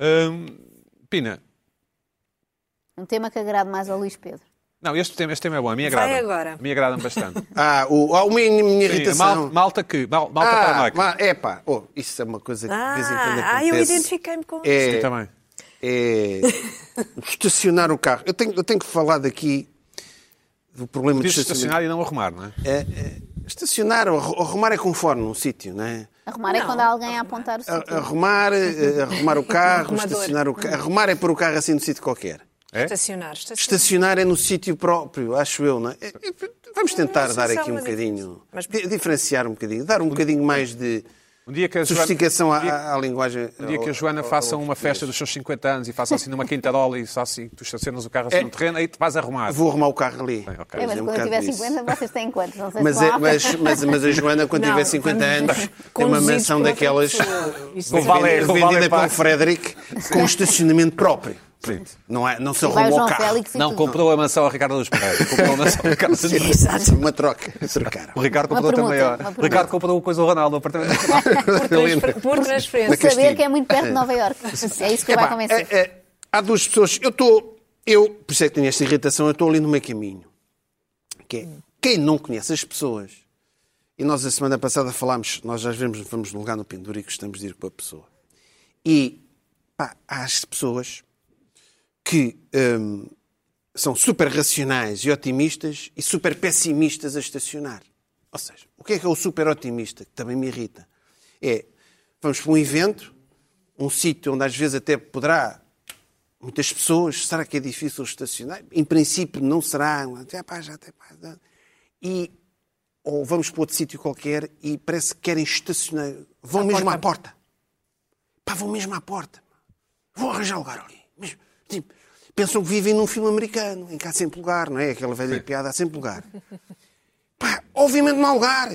S1: Hum, Pina,
S5: Um tema que agrada mais ao Luís Pedro.
S1: não, este tema, este tema é bom, a mim
S3: Vai
S1: agrada.
S3: agora.
S1: Me agrada bastante.
S2: Ah, o, ah, o minha, minha
S1: Sim,
S2: [laughs] irritação.
S1: mal- malta que. mal- malta tá
S2: Ah,
S1: paranoica.
S2: ma- é pá, oh, isso é uma coisa que de vez em quando acontece.
S3: Ah, ah, eu identifiquei-me com isso.
S1: Eu
S2: é,
S1: também.
S2: é estacionar o carro. Eu tenho, eu tenho que falar daqui do problema de
S1: Diz
S2: estacionar.
S1: estacionar e não arrumar, não é?
S2: Estacionar, ou arru- arrumar é conforme um sítio, não é?
S5: Arrumar é quando há alguém a apontar o
S2: A-
S5: sítio.
S2: Arrumar, eh, arrumar o carro,
S3: Arrumador.
S2: estacionar o carro. Arrumar é pôr o carro assim no sítio qualquer.
S1: É?
S3: Estacionar, estacionar.
S2: Estacionar é no sítio próprio, acho eu, não é? É, é, Vamos tentar
S3: Não sei
S2: dar
S3: se há
S2: aqui um
S3: uma
S2: bocadinho,
S3: diferença, mas-
S2: di- diferenciar um bocadinho, dar um bocadinho mais de,
S1: Um dia que a Joana,
S2: Sofisticação à-
S1: um dia-
S2: à, à linguagem.
S1: um dia que a Joana faça uma festa dos seus 50 anos e faça assim numa quintarola e só assim, tu estacionas o carro assim no terreno, aí te vais arrumar.
S2: Vou arrumar o carro ali.
S1: ok.
S2: Pois um
S5: É, mas quando eu
S2: bocado
S5: tiver
S2: disso.
S5: 50, vocês têm quantos? Não sei
S2: Mas,
S5: se
S2: é-
S5: lá.
S2: mas, mas, mas a Joana, quando
S3: Não,
S2: tiver 50
S3: vamos-
S2: anos, tem uma
S3: conduzidos
S2: mansão
S3: por outra
S2: daquelas
S3: pessoa. Isso
S1: Com
S3: é-
S1: valet.
S2: vendida,
S1: com
S2: vendida
S1: Park.
S2: pelo Frederick com estacionamento próprio.
S1: Sim.
S2: Não, é, não se
S5: Vai o
S2: arruma o
S5: João
S2: carro.
S5: Félix e
S1: Não,
S5: tudo.
S1: comprou a mansão ao Ricardo Luz Pereira. [laughs] Comprou a mansão ao Ricardo Luz Pereira.
S2: Exato, uma troca. Trocaram.
S1: O Ricardo comprou
S5: permuta,
S1: também.
S5: uma
S1: ó.
S5: permuta.
S1: O Ricardo comprou uma coisa ao Ronaldo, o apartamento.
S2: né?
S3: Por, transfer,
S2: Lembra?
S3: por
S5: Por
S3: transferência.
S5: saber que é muito perto de Nova Iorque. É isso que
S2: Epá,
S5: vai convencer.
S2: é- é, há duas pessoas. Eu estou. Eu, por isso é que tenho esta irritação, eu estou ali no meio caminho. Que é, quem não conhece as pessoas. E nós, a semana passada, falámos. Nós às vezes vamos no lugar no pendura e gostamos de ir com a pessoa. E pá, há as pessoas que hum, são super racionais e otimistas e super pessimistas a estacionar. Ou seja, o que é que é o super otimista, que também me irrita? É, vamos para um evento, um sítio onde às vezes até poderá muitas pessoas, será que é difícil estacionar? Em princípio não será, já pá, já até pá, já. e ou vamos para outro sítio qualquer e parece que querem estacionar, vão mesmo à porta. Pá, vão mesmo à porta. Vou arranjar lugar ali. Mas, tipo, pensam que vivem num filme americano, em que há sempre lugar, não é? Aquela velha piada, há sempre lugar. Pá, obviamente não há lugar.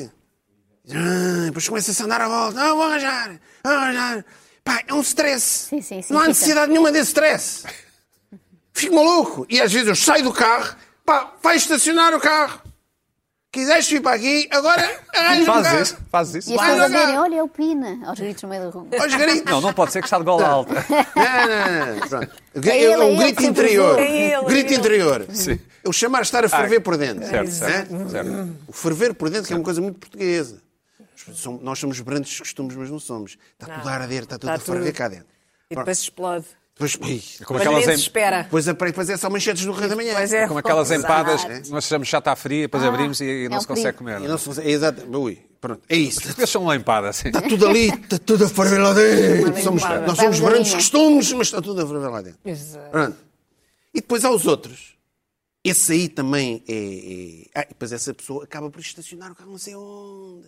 S2: Ah, depois começa-se a andar à volta. Ah, vou arranjar, vou arranjar. Pá, é um stress.
S5: Sim, sim, sim,
S2: não há
S5: fica.
S2: necessidade nenhuma desse stress. Fico maluco. E às vezes eu saio do carro, pá, vai estacionar o carro. Quiseste vir para aqui, agora arranja um lugar.
S1: Faz isso, faz isso.
S5: E as
S2: vai
S5: pessoas a
S2: jogar.
S5: dizerem, olha, é o Pina, aos gritos no meio da rua.
S2: Aos gritos.
S1: Não, não pode ser que está de gola alta.
S2: Não, não, não. Pronto.
S5: É
S2: É
S5: ele, é
S2: o
S5: ele
S2: grito
S5: que sempre
S2: interior.
S5: usou.
S3: É ele,
S2: grito
S3: é ele.
S2: interior. O chamar estar a ferver por dentro.
S1: Ah, Certo, certo,
S2: Né?
S1: certo.
S2: O ferver por dentro que é uma coisa muito portuguesa. Som- Nós somos brandos de costumes, mas não somos. Está tudo a arder, está tudo
S3: Está
S2: a ferver
S3: tudo.
S2: cá dentro.
S3: E depois explode.
S2: Depois, ui,
S1: Como
S3: Mas
S1: aquelas,
S3: nem se
S1: em,
S3: espera.
S2: depois, apre- depois é só manchetes no Correio da Manhã.
S3: Pois é,
S1: como aquelas
S3: Exato.
S1: empadas, nós achamos já está fria, depois abrimos e, e
S5: é
S1: não
S5: um
S1: se consegue
S5: perigo.
S1: comer.
S2: E
S1: não é?
S2: não se consegue- é exato. Ui, pronto. É
S3: [laughs]
S2: isso.
S1: Eles são lá empadas, assim.
S2: Está tudo ali, está tudo a ferver lá dentro. Somos-
S3: limpada.
S2: nós somos
S5: Vai uma
S2: brandos de
S5: linha.
S2: costumes, mas está tudo a ferver lá dentro.
S3: Exato.
S2: Pronto. E depois há os outros. Esse aí também é. é- Ah, e depois essa pessoa acaba por estacionar o carro não sei onde.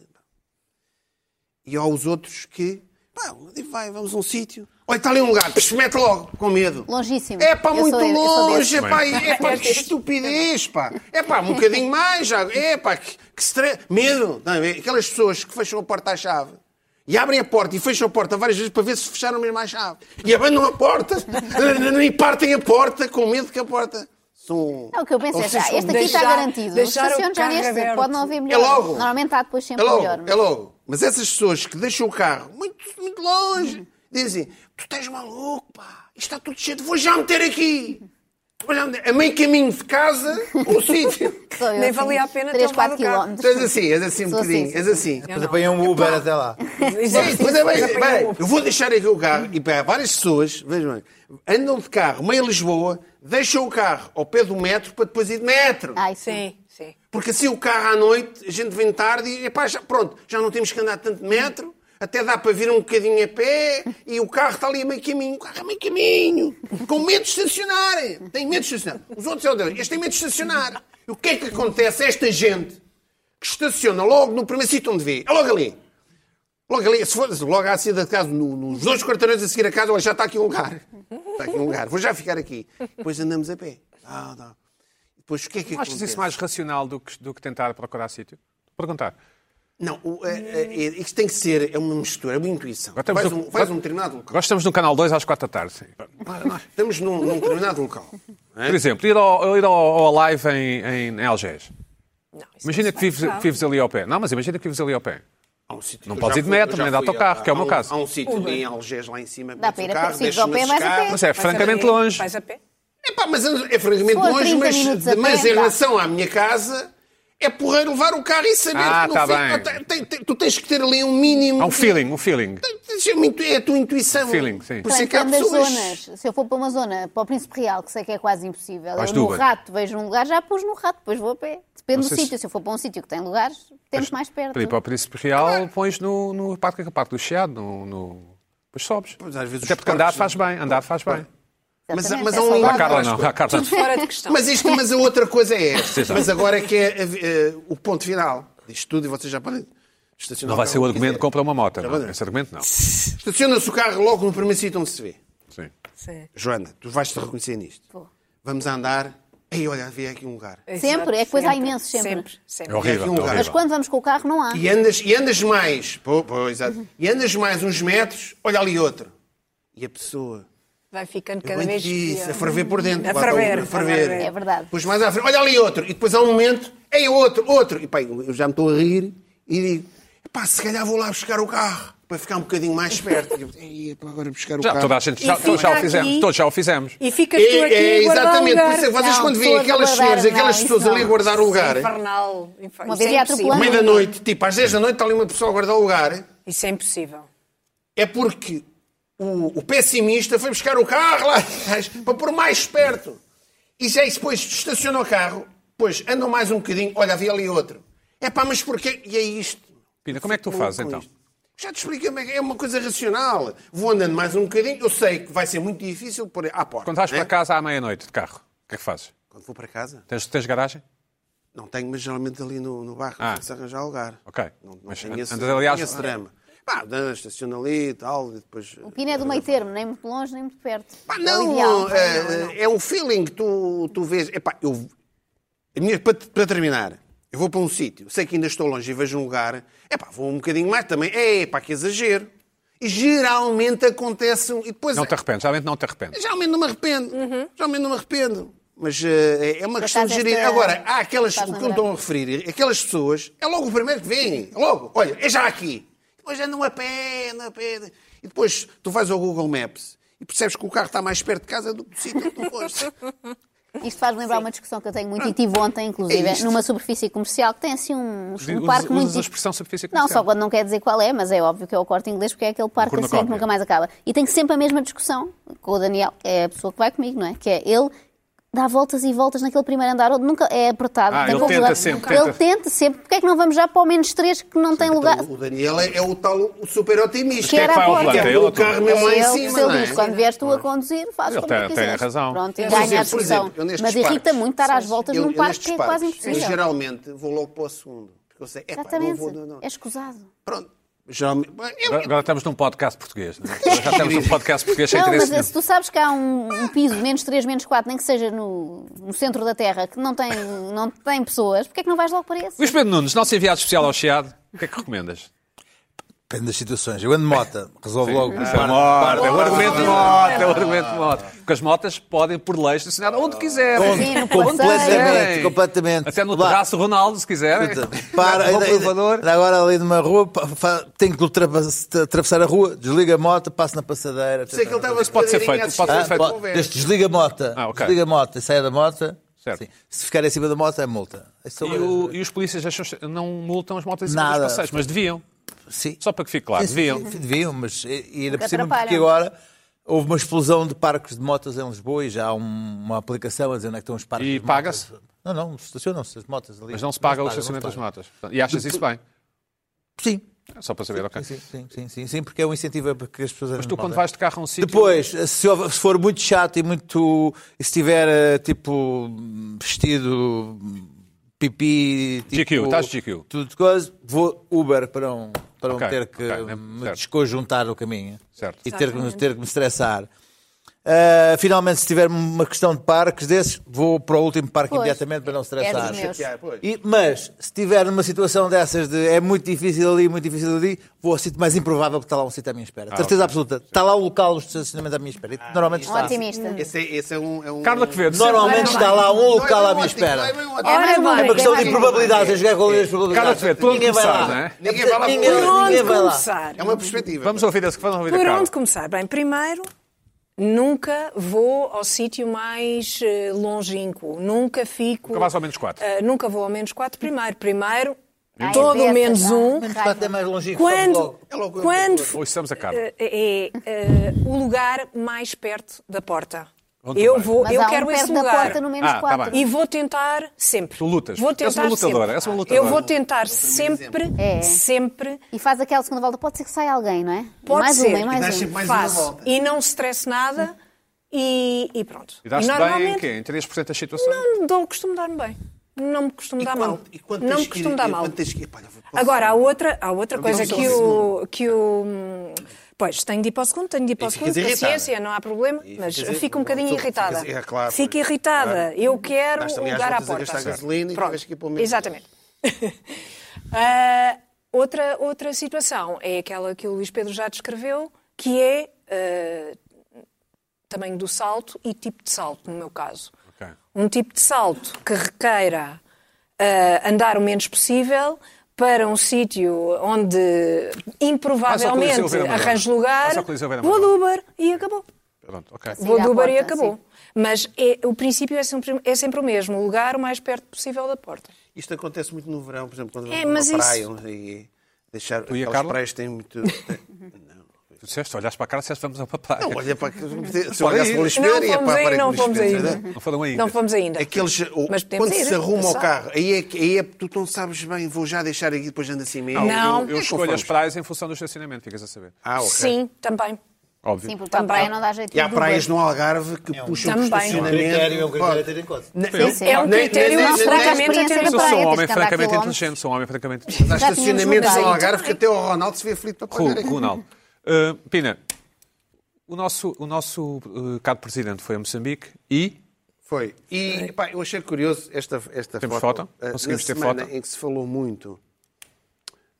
S2: E há os outros que. Pá, onde vai, vamos a um sítio. Olha, está ali um lugar, psh, mete logo, com medo.
S5: Longuíssimo.
S2: É pá,
S5: Eu sou-
S2: muito
S5: eu sou
S2: longe, é
S5: desses.
S2: pá, é pá,
S5: [laughs]
S2: que estupidez, pá. É pá, um bocadinho mais, já. é pá, que, que stre... medo. Não, é aquelas pessoas que fecham a porta à chave. E abrem a porta e fecham a porta várias vezes para ver se fecharam mesmo à chave. E abandam a porta [laughs] e partem a porta com medo que a porta. São...
S5: Não, o que eu penso é, já, este aqui
S3: Deixar-
S5: está garantido.
S3: deixar o
S5: Estacione já
S3: carro
S5: neste,
S3: aberto.
S5: pode não haver melhor.
S2: É logo.
S5: Normalmente há depois sempre
S2: É logo,
S5: melhor.
S2: é logo. Mas essas pessoas que deixam o carro muito, muito longe dizem: Tu estás maluco, pá, isto está tudo cheio, de- vou já meter aqui. Vou já meter. A meio caminho de casa, [laughs] um sítio.
S5: Sou eu,
S3: Nem
S5: assim,
S3: valia a pena ter levado
S5: 3, 4
S3: o carro.
S5: quilómetros.
S2: Tu és assim, és assim um
S5: Sou assim,
S2: bocadinho,
S5: sou
S2: és assim.
S3: Eu
S4: Mas
S3: não.
S4: apanham um Uber até lá.
S2: Sim, pois é, bem,
S3: Apanhar
S2: bem,
S3: o-
S2: eu vou deixar aqui o carro e para várias pessoas, vejam, bem, andam de carro meio Lisboa, deixam o carro ao pé do metro para depois ir de metro.
S5: Ai, sim.
S3: Sim, sim.
S2: Porque assim o carro à noite, a gente vem tarde e epá, já, pronto, já não temos que andar tanto de metro, até dá para vir um bocadinho a pé e o carro está ali a meio caminho. O carro a meio caminho, com medo de estacionar. Tem medo de estacionar. Os outros é o deles, este tem medo de estacionar. E o que é que acontece a esta gente que estaciona logo no primeiro sítio onde vê? É logo ali. Logo ali, se for logo à saída de casa, no- nos dois quarteirões a seguir a casa, olha, já está aqui um lugar. Está aqui um lugar, vou já ficar aqui. Depois andamos a pé. Ah, dá. Depois o que é que
S1: Não Achas
S2: acontece?
S1: isso mais racional do que, do que tentar procurar sítio? Perguntar.
S2: Não, o, é, é, é, isto tem que ser, é uma mistura, é uma intuição.
S1: Agora estamos
S2: Vais,
S1: no-
S2: um, vais a um determinado local.
S1: Agora estamos no Canal 2 às 4 da tarde. sim.
S2: Estamos num, num determinado local.
S1: Por exemplo, ir ao, ir ao, ao live em, em, em Algés.
S3: Não, isso
S1: Imagina
S3: não
S1: que
S3: se
S1: vives,
S3: faz.
S1: que vives ali ao pé. Não, mas imagina que vives ali ao pé.
S2: Há um sítio-
S1: Não
S2: eu
S1: podes
S2: já
S1: ir de
S2: fui-
S1: metro,
S2: eu já
S1: nem de
S2: fui
S1: autocarro,
S2: a-
S1: que é o meu
S2: há um-
S1: caso.
S2: Há um sítio em Algés, lá em cima,
S5: Dá para ir a pé, se ires ao
S2: deixa-me
S5: pé, vais a
S2: chegar.
S5: pé.
S1: Mas é
S3: Vais a
S1: francamente
S3: pé,
S1: longe.
S3: Vais a pé.
S2: Epá, mas é é francamente
S5: For
S2: longe,
S5: 30
S2: mas,
S5: minutos a pé,
S2: mas em
S5: dá.
S2: relação à minha casa, é porreiro levar o carro e saber
S1: Ah,
S2: que
S1: tá
S2: fim-
S1: bem.
S2: Ah, tem- tem- tem- tu tens que ter ali um mínimo.
S1: Há um
S2: de-
S1: feeling, um feeling.
S2: Tem- tem- é uma intu- É a tua intuição.
S1: Feeling, sim.
S2: Por isso é
S5: Portanto,
S2: que há
S5: depende das
S2: pessoas.
S5: zonas. Se eu for para uma zona, para o Príncipe Real, que sei que é quase impossível,
S1: Vais
S5: eu
S1: de
S5: no
S1: Uber.
S5: rato vejo um lugar, já pus no rato, depois vou a pé. Depende
S1: Não
S5: do
S1: sei se-
S5: sítio. Se eu for para um sítio que tem lugares, temos mais perto.
S1: Para ir para o Príncipe Real, pões no, no parque, no parque do Chiado, no, no... depois sobes.
S2: Pois, às vezes
S1: Até
S2: os
S1: porque andar
S2: parques-
S1: faz bem, andar faz bem.
S2: Mas,
S5: Exatamente,
S2: mas
S5: é
S2: há um
S5: saudável.
S1: A Carla não, a Carla não.
S3: Fora de questão.
S2: Mas, isto, mas a é, outra coisa é esta. mas agora é que é, eh, eh, o ponto final disto tudo, e vocês já podem Estaciona
S1: Não vai
S2: carro
S1: ser o
S2: onde
S1: argumento
S2: quiser.
S1: que compra uma moto. Não. é? Esse argumento não.
S2: Estaciona-se o carro logo no primeiro sítio onde se vê.
S1: Sim. É
S3: Sim.
S2: Joana, tu vais-te reconhecer nisto.
S5: Vou.
S2: Vamos a andar. Ei, olha, havia aqui um lugar.
S5: Sempre, é que depois há imenso sempre.
S3: Sempre,
S1: É
S3: sempre.
S1: horrível.
S2: aqui
S1: é
S2: um lugar.
S5: Mas
S1: horrível.
S5: quando vamos com o carro, não há.
S2: E é- andas, e andas mais. Pô, pô, exato. E andas mais uns metros, olha ali outro. E a pessoa.
S3: Vai ficando
S2: eu
S3: cada
S2: bem te
S3: vez
S2: disse,
S3: pior.
S2: a ferver por dentro.
S3: A
S2: lá está o-
S3: ferver,
S2: a ferver.
S5: É verdade.
S2: Depois mais à frente, olha ali outro. E depois há um momento, ei, outro, outro. E pá, eu já me estou a rir e digo, pá, se calhar vou lá buscar o carro. Para ficar um bocadinho mais perto. E eu, Ei, pá, agora buscar o
S1: Já,
S2: um carro.
S1: toda a gente,
S3: E
S1: já, todos já o
S3: fica
S1: fizemos.
S3: aqui-
S1: Todos já o fizemos.
S3: E ficas tu
S2: É,
S3: aqui
S2: é,
S3: a guardar
S2: exatamente,
S3: o
S2: por
S3: lugar. É
S2: isso é que vocês
S5: Não,
S2: quando veem
S5: todos
S2: aquelas senhoras,
S5: guardaram,
S2: aquelas
S5: não,
S2: pessoas
S5: isso
S2: ali a
S5: não.
S2: guardar o lugar, eh?
S3: Infernal. Infer-
S5: Uma
S3: Isso
S5: vez
S3: é
S5: ia
S3: impossível.
S5: atropelando.
S2: meio da noite, tipo às 10 da noite está ali uma pessoa a guardar o lugar, eh?
S3: Isso é impossível.
S2: é porque o, o pessimista foi buscar o carro lá atrás para pôr mais perto. E já depois estaciona o carro, pois andam mais um bocadinho, olha, havia ali outro. É pá, mas porquê? E é isto.
S1: Pina, como é que tu
S2: Com-
S1: fazes
S2: com
S1: então?
S2: isto. Já te explico, é uma coisa racional. Vou andando mais um bocadinho, eu sei que vai ser muito difícil pôr à porta.
S1: Quando vais
S2: né?
S1: para casa à meia-noite de carro, o que é que fazes?
S2: Quando vou para casa?
S1: Tens, tens garagem?
S2: Não tenho, mas geralmente ali no, no barco
S1: Ah.
S2: se arranjar lugar.
S1: Ok.
S2: Não, não
S1: Mas
S2: tenho
S1: an-
S2: esse,
S1: andas,
S2: não tenho
S1: aliás-
S2: esse drama. Pá, estaciona ali e tal, e depois... eh,
S5: O Pina é do meio termo, nem muito longe, nem muito perto.
S2: Pá,
S5: É o
S2: não,
S5: ideal.
S2: é,
S5: Não, não.
S2: é um feeling que tu, tu vês. Epá, eu, a minha- para, para terminar, eu vou para um sítio, sei que ainda estou longe e vejo um lugar, epá, vou um bocadinho mais também. É, epá, que exagero. E geralmente acontece. um- E depois,
S1: Não te arrependes, realmente não te arrependes.
S2: geralmente não me arrependo. Geralmente não me arrependo. Mas eh, é uma questão de
S5: acaso,
S2: gerir.
S5: Uhum. esta-
S2: Agora, há aquelas. O
S5: faz-me
S2: que eu me
S5: lembrar.
S2: estou a referir, aquelas pessoas, é logo o primeiro que vem. é Logo, olha, é já aqui. Depois andam a pé, andam a pé. E depois tu vais ao Google Maps e percebes que o carro está mais perto de casa do que do sítio que tu
S5: [laughs]
S2: foste.
S5: Isto faz-me lembrar uma discussão que eu tenho muito e tive ontem, inclusive,
S2: Ah, É isto.
S5: numa superfície comercial que tem assim um, um
S1: Usas-
S5: parque muito.
S1: usas a expressão superfície
S5: Não,
S1: comercial.
S5: só quando não quer dizer qual é, mas é óbvio que é o corte inglês, porque é aquele parque
S1: cornucópia.
S5: assim que nunca mais acaba. E tenho sempre a mesma discussão com o Daniel, que é a pessoa que vai comigo, não é? Que é ele dá voltas e voltas naquele primeiro andar, onde nunca é apertado.
S1: Ah,
S5: tem
S1: ele
S5: pouco
S1: tenta
S5: lugar.
S1: sempre,
S5: Ele
S1: tenta.
S5: tenta sempre. Porquê é que não vamos já para o menos 3 que não tem lugar?
S2: O Daniel é, é o tal o super otimista.
S5: Que era
S1: vai ao
S5: a porta.
S1: volante? É ele
S2: o
S1: ou tu?
S2: carro mesmo lá
S5: É
S2: em
S5: ele que
S2: cima,
S5: se ele
S2: não é?
S5: diz, quando vieres tu a conduzir, faz
S1: Ele
S5: como
S1: tem-
S5: tu
S1: tem
S5: quiseres.
S1: razão.
S5: Pronto, e
S2: Por
S5: ganha a
S2: exemplo, por
S5: discussão.
S2: exemplo, eu nestes
S5: Mas irrita
S2: parques-
S5: muito estar às voltas
S2: Eu-
S5: num
S2: eu
S5: parque
S2: nestes
S5: que é
S2: parques,
S5: quase
S2: Eu
S5: impossível.
S2: geralmente vou logo para o segundo. Porque eu sei, epá, não
S5: Exatamente.
S2: vou... Não, não.
S5: É escusado.
S2: Pronto. Geralmente... Eu,
S1: Agora, agora estamos num podcast português.
S5: [laughs]
S1: Não? é? Agora Já estamos num podcast português sem
S5: Não, mas
S1: interesse
S5: se tu sabes que há um, um piso, menos 3, menos 4, nem que seja no, no centro da Terra, que não tem, não tem pessoas, porque é que não vais logo para esse?
S1: Luís Pedro Nunes, nosso enviado especial ao Chiado, o que é que recomendas?
S4: Depende das situações. Eu ando de mota, resolve logo.
S1: Isso
S4: Para,
S1: é moto, é
S4: para,
S1: o argumento de
S4: para.
S1: moto, é o argumento de moto. Porque as motas podem, por lei, estacionar onde quiserem.
S5: Sim, no
S4: Completamente,
S1: quiserem.
S4: completamente. Então,
S1: Até é no
S4: Lá.
S1: terraço do Ronaldo, se quiserem.
S4: Para,
S1: Vão
S4: ainda,
S1: para o elevador.
S4: ainda, agora ali numa rua, pa- fa- tenho que ultrapa- atravessar a rua, desliga a moto, passo na passadeira.
S2: sei que ele estava
S1: Isso pode ser
S2: bocadinho
S1: feito, pode
S2: a
S1: ser
S4: Ah,
S1: feito.
S4: pode-
S2: conversa.
S4: desde desliga a moto,
S1: Ah, ok.
S4: desliga a moto, saia da moto.
S1: Certo.
S4: Sim. Se ficar em cima da moto, é multa. É só-
S1: E, o- e os polícias acham- não multam as motas em cima dos
S4: Nada.
S1: passeios, mas deviam.
S4: Sim.
S1: Só para que fique claro,
S4: Sim,
S1: deviam.
S4: sim, sim, deviam, mas eh, e- e ainda
S5: Porque
S4: por cima, porque
S5: atrapalham.
S4: agora houve uma explosão de parques de motas em Lisboa e já há um- uma aplicação a dizer onde é que estão os parques.
S1: E
S4: de motas.
S1: paga-se?
S4: Não, não, estacionam-se as motas ali.
S1: Mas não se paga o
S4: não se
S1: estacionamento das
S4: paga.
S1: motas. Portanto, E achas isso bem?
S4: Sim.
S1: Só para saber, ok.
S4: Sim, sim, sim, sim, sim, porque é um incentivo para que as pessoas.
S1: Mas tu, quando vais de carro a um sítio.
S4: Depois, se, houver- se for muito chato e muito. E se tiver eh, tipo vestido pipi.
S1: GQ,
S4: tipo,
S1: estás GQ.
S4: Tudo coisa, vou Uber para um. Para
S1: Ok,
S4: um ter que
S1: ok,
S4: me
S1: certo.
S4: desconjuntar o caminho
S1: Certo.
S4: e ter que, me- ter que me estressar. Ah, finalmente, se tiver uma questão de parques desses, vou para o último parque
S5: Pois. É
S4: imediatamente para não estressar.
S5: dos meus.
S1: É,
S2: Chatear, pois.
S4: E- mas, se tiver numa situação dessas de é muito difícil ali, muito difícil ali, vou ao sítio mais improvável que está lá um sítio à minha
S1: Ah,
S4: espera. Certeza absoluta. Está lá o local do estacionamento à minha espera. E normalmente
S5: Um
S4: está.
S5: otimista.
S2: Esse, é, esse é um... É um...
S1: Carla Quevedo,
S4: Normalmente está lá um local à minha espera.
S5: É
S3: Ora
S5: mais uma
S3: bem.
S4: É uma questão
S5: é
S4: de
S5: mais
S4: probabilidades. Eu jogar com as probabilidades.
S1: Cada vez, por onde
S4: Ninguém vai
S1: começar,
S4: lá.
S1: não é?
S2: Ninguém vai lá por
S4: Ninguém-
S2: onde.
S3: Por onde
S4: ninguém vai lá.
S3: começar?
S2: É uma perspectiva.
S1: Vamos ouvir a vamos ouvir a
S3: Por
S1: Carla.
S3: onde começar? Bem, primeiro, nunca vou ao sítio mais eh, longínquo. Nunca fico.
S1: Nunca vais ao menos quatro.
S3: Eh, nunca vou ao menos 4 primeiro. Primeiro,
S5: Ai,
S3: todo
S5: dessa,
S3: o menos
S5: pá.
S3: um.
S4: Menos quatro é mais longínquo. sobe
S3: Quando,
S4: logo.
S2: É logo-
S3: quando
S1: Ou estamos a Carla.
S3: eh, é eh, o lugar mais perto da porta.
S1: Onde tu
S3: Eu
S1: vais?
S3: vou,
S5: Mas
S3: eu
S5: há um
S3: quero esse
S5: perto da
S3: lugar.
S5: porta no menos
S1: Ah, tá
S5: 4.
S1: bem.
S3: E vou tentar sempre.
S1: Tu lutas.
S3: Vou
S1: És uma
S3: tentar
S1: lutadora,
S3: sempre.
S1: és uma lutadora.
S3: Eu vou tentar sempre,
S5: É.
S3: sempre
S5: E faz aquela segunda volta, pode ser que saia alguém, não é? E
S3: Pode
S5: mais
S3: ser.
S5: uma, e
S2: E dá
S5: mais um.
S2: sempre
S5: uma.
S2: mais uma
S3: faço
S2: volta.
S3: e não stresse nada e, e pronto.
S1: E dás-te bem é em
S3: normalmente
S1: quê? Em 3% das situações?
S3: dou, costumo dar-me bem. não me costumo
S2: E
S3: dar
S2: quando-
S3: mal.
S2: e quando
S3: não
S2: tens
S3: me
S2: que
S3: costumo
S2: ir-
S3: dar
S2: e
S3: mal.
S2: quando tens que ir- Pá, eu vou- posso-
S3: Agora, há outra, há outra coisa
S2: vamos ao
S3: que
S2: um segundo.
S3: o, que o. Pois, tenho de ir para o segundo, tenho de ir para o
S2: E
S3: segundo,
S2: ficas irritada.
S3: paciência, não há problema,
S2: E
S3: mas
S2: ficas-
S3: fico um bocadinho
S2: ficas-
S3: irritada.
S2: é claro,
S3: Fico
S2: pois.
S3: irritada,
S2: Claro.
S3: eu quero
S2: Dás
S3: o
S2: também às
S3: lugar à
S2: voltas a
S3: porta.
S2: gastar gasolina e
S3: Pronto.
S2: vais aqui para o meio.
S3: Exatamente. [laughs] Ah, outra, outra situação é aquela que o Luís Pedro já descreveu, que é ah, tamanho do salto e tipo de salto, no meu caso.
S1: Ok.
S3: Um tipo de salto que requeira ah, andar o menos possível para um sítio onde
S1: Coliseu
S3: improvavelmente
S1: Vera Madonna.
S3: arranjo lugar,
S1: Vais ao Coliseu Vera
S3: vou de
S1: Madonna.
S3: Uber e acabou.
S1: Pronto, ok.
S3: Vou
S5: à
S3: do bar e
S5: porta,
S3: acabou.
S5: sim.
S3: Mas é- o princípio é sempre, é sempre o mesmo, o lugar o mais perto possível da porta.
S2: Isto acontece muito no verão, por exemplo, quando
S3: É,
S2: vamos
S3: mas
S2: à
S3: isso-
S2: praia e deixar
S1: e a
S2: aquelas
S1: Carla?
S2: praias têm muito...
S1: Tu disseste, olhaste para a cara, disseste, vamos ao papai.
S2: Não, olha para... Se eu
S1: Olha
S2: olhasse
S1: aí.
S2: para o espelho, ia
S3: não
S2: para a
S3: fomos
S2: parede
S3: aí, não
S2: do
S3: fomos
S2: espelho,
S3: ainda.
S2: não é?
S1: Não foram ainda.
S3: Não fomos ainda.
S2: Aqueles, o-
S3: Mas podemos
S2: quando
S3: ir,
S2: se arruma
S3: já
S2: o
S3: sabe.
S2: carro, aí é, que- aí é tu não sabes bem, vou já deixar aqui, depois anda assim mesmo.
S3: Não.
S1: Eu, eu escolho
S2: É
S1: as
S2: conformes.
S1: praias em função do estacionamento, ficas a saber.
S2: Ah, ok.
S3: Sim, também.
S1: Óbvio.
S5: Sim, porque
S3: Tá
S5: para a praia não dá jeito
S2: E há
S5: de
S2: praias
S5: Uber.
S2: no Algarve que puxam o
S3: É um Também.
S2: estacionamento.
S4: é um a ter em conta.
S5: Sim, sim.
S3: É um
S2: Nem-
S3: critério
S2: nem- nem-
S3: absolutamente até
S5: nem- nem- nem-
S1: Mas eu
S5: praia,
S1: sou um
S5: tens
S1: homem
S5: que andar
S1: francamente
S5: quilómetros.
S1: inteligente, sou um homem francamente
S2: Há
S1: inteligente.
S5: Já tínhamos
S2: estacionamentos no
S5: mudado.
S2: Algarve que até o Ronaldo se vê aflito para pagar
S1: Ru-
S2: aqui.
S1: Ronaldo. Uh, Pina, o nosso, o nosso uh, cado presidente foi a Moçambique e
S2: Foi. E pá, eu achei curioso esta, esta
S1: Temos
S2: foto.
S1: foto?
S2: eh,
S1: Conseguimos
S2: na
S1: ter
S2: semana
S1: foto?
S2: em que se falou muito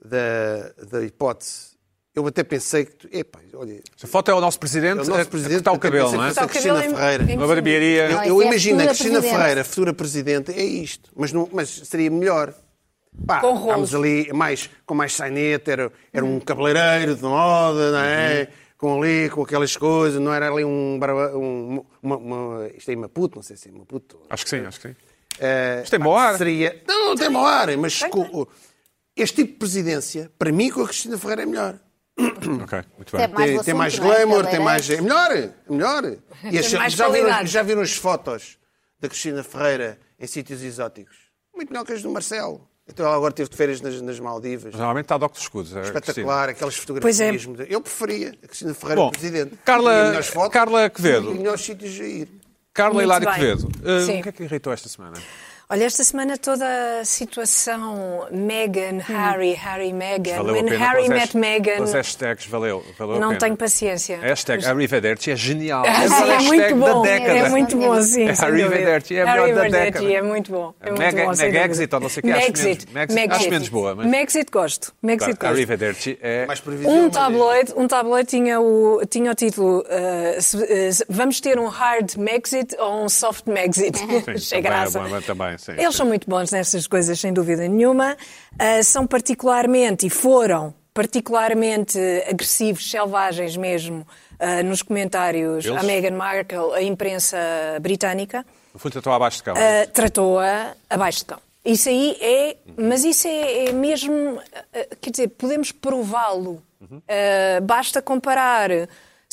S2: da, da hipótese, eu até pensei que... Tu, epá, olha,
S1: a foto é o nosso
S2: É
S1: presidente,
S2: o
S1: é
S2: nosso presidente,
S1: está o
S2: até
S1: cabelo,
S2: pensei
S1: não é?
S2: que fosse a
S3: Está o cabelo
S2: Cristina
S3: em-
S2: Ferreira.
S3: em-
S1: Uma barbearia.
S2: eu,
S5: Não,
S2: eu
S5: isso
S2: imagino
S5: é
S2: a
S5: futura
S2: Cristina
S5: presidente.
S2: Ferreira, futura presidente, é isto. Mas, não, mas seria melhor. Pá,
S3: Com rolos.
S2: estávamos ali mais, com mais sainete, era, era um cabeleireiro de moda, não é? Com ali, com aquelas coisas, não era ali um. barba- um uma, uma- isto é em Maputo, não sei se é em Maputo.
S1: Acho que sim, acho que sim.
S2: Eh,
S1: Isto é
S2: pá,
S1: mau ar.
S2: Seria... Não, não tem mau ar, mas
S5: é.
S2: com- este tipo de presidência, para mim, com a Cristina Ferreira é melhor. Hum.
S1: Ok, muito
S5: Até
S1: bem.
S5: mais
S2: Tem,
S5: o
S2: tem
S5: assunto,
S2: mais
S5: não é?
S2: glamour, tem
S5: Cabeleireiro.
S2: mais. É melhor, é
S3: [laughs]
S2: melhor. E as-
S3: mais
S2: já, viram,
S3: qualidade.
S2: já viram as fotos da Cristina Ferreira em sítios exóticos? Muito melhor que as do Marcelo. Então ela agora teve de férias nas, nas Maldivas.
S1: Mas Normalmente está de óculos escuros. é, Cristina.
S2: Espetacular, aquelas
S3: Pois é.
S2: fotografias. de- Eu preferia a Cristina Ferreira
S1: Bom,
S2: presidente.
S1: Carla-
S2: Tinha melhores fotos,
S1: Carla Quevedo.
S2: tinha melhores sítios a ir.
S1: Carla
S3: Muito
S1: Hilário
S3: bem.
S1: Quevedo, uh,
S3: Sim.
S1: o que é que irritou esta semana?
S3: Olha, esta semana toda a situação
S5: Hum.
S3: Meghan, Harry, Harry, Meghan.
S1: Valeu a
S3: When
S1: pena
S3: Harry
S1: pelas
S3: met
S1: hasht-
S3: Meghan.
S1: pelas hashtags, é, valeu, valeu a
S3: Não
S1: pena.
S3: tenho paciência.
S1: A hashtag Arrivederci é genial.
S3: [laughs] Ah,
S1: a
S3: sim,
S1: melhor
S3: é muito
S1: hashtag
S3: bom.
S1: da década.
S3: É muito bom,
S1: [laughs]
S3: sim.
S1: É
S3: sem
S1: Arrivederci, é a
S3: dúvida.
S1: melhor da
S3: Arrivederci,
S1: década.
S3: É muito bom. É muito
S1: Mega-
S3: bom, sem
S1: mega
S3: dúvida.
S1: exit, ou não sei o quê, acho
S3: Megxit,
S1: menos- Megxit, acho
S3: Megxit.
S1: menos boa, mas-
S3: Megxit gosto. Megxit gosto.
S1: Arrivederci é...
S2: Mais previsível.
S3: Um
S2: mas-
S3: tabloide, um tabloide tinha o, tinha o título eh, se- eh, se- Vamos ter um hard Megxit ou um soft Megxit? [laughs] Achei
S1: também é
S3: graça.
S1: bom, também, sim,
S3: Eles
S1: sim.
S3: são muito bons nessas coisas, sem dúvida nenhuma. Eh, são particularmente, e foram particularmente agressivos, selvagens mesmo, eh, nos comentários
S1: Eles?
S3: à Meghan Markle, a imprensa britânica.
S1: No fundo, eu estou abaixo de cama.
S3: Uh, tratou-a abaixo de cão. Isso aí é. Mas isso é, é mesmo. uh, uh, quer dizer, podemos prová-lo. Uh, basta comparar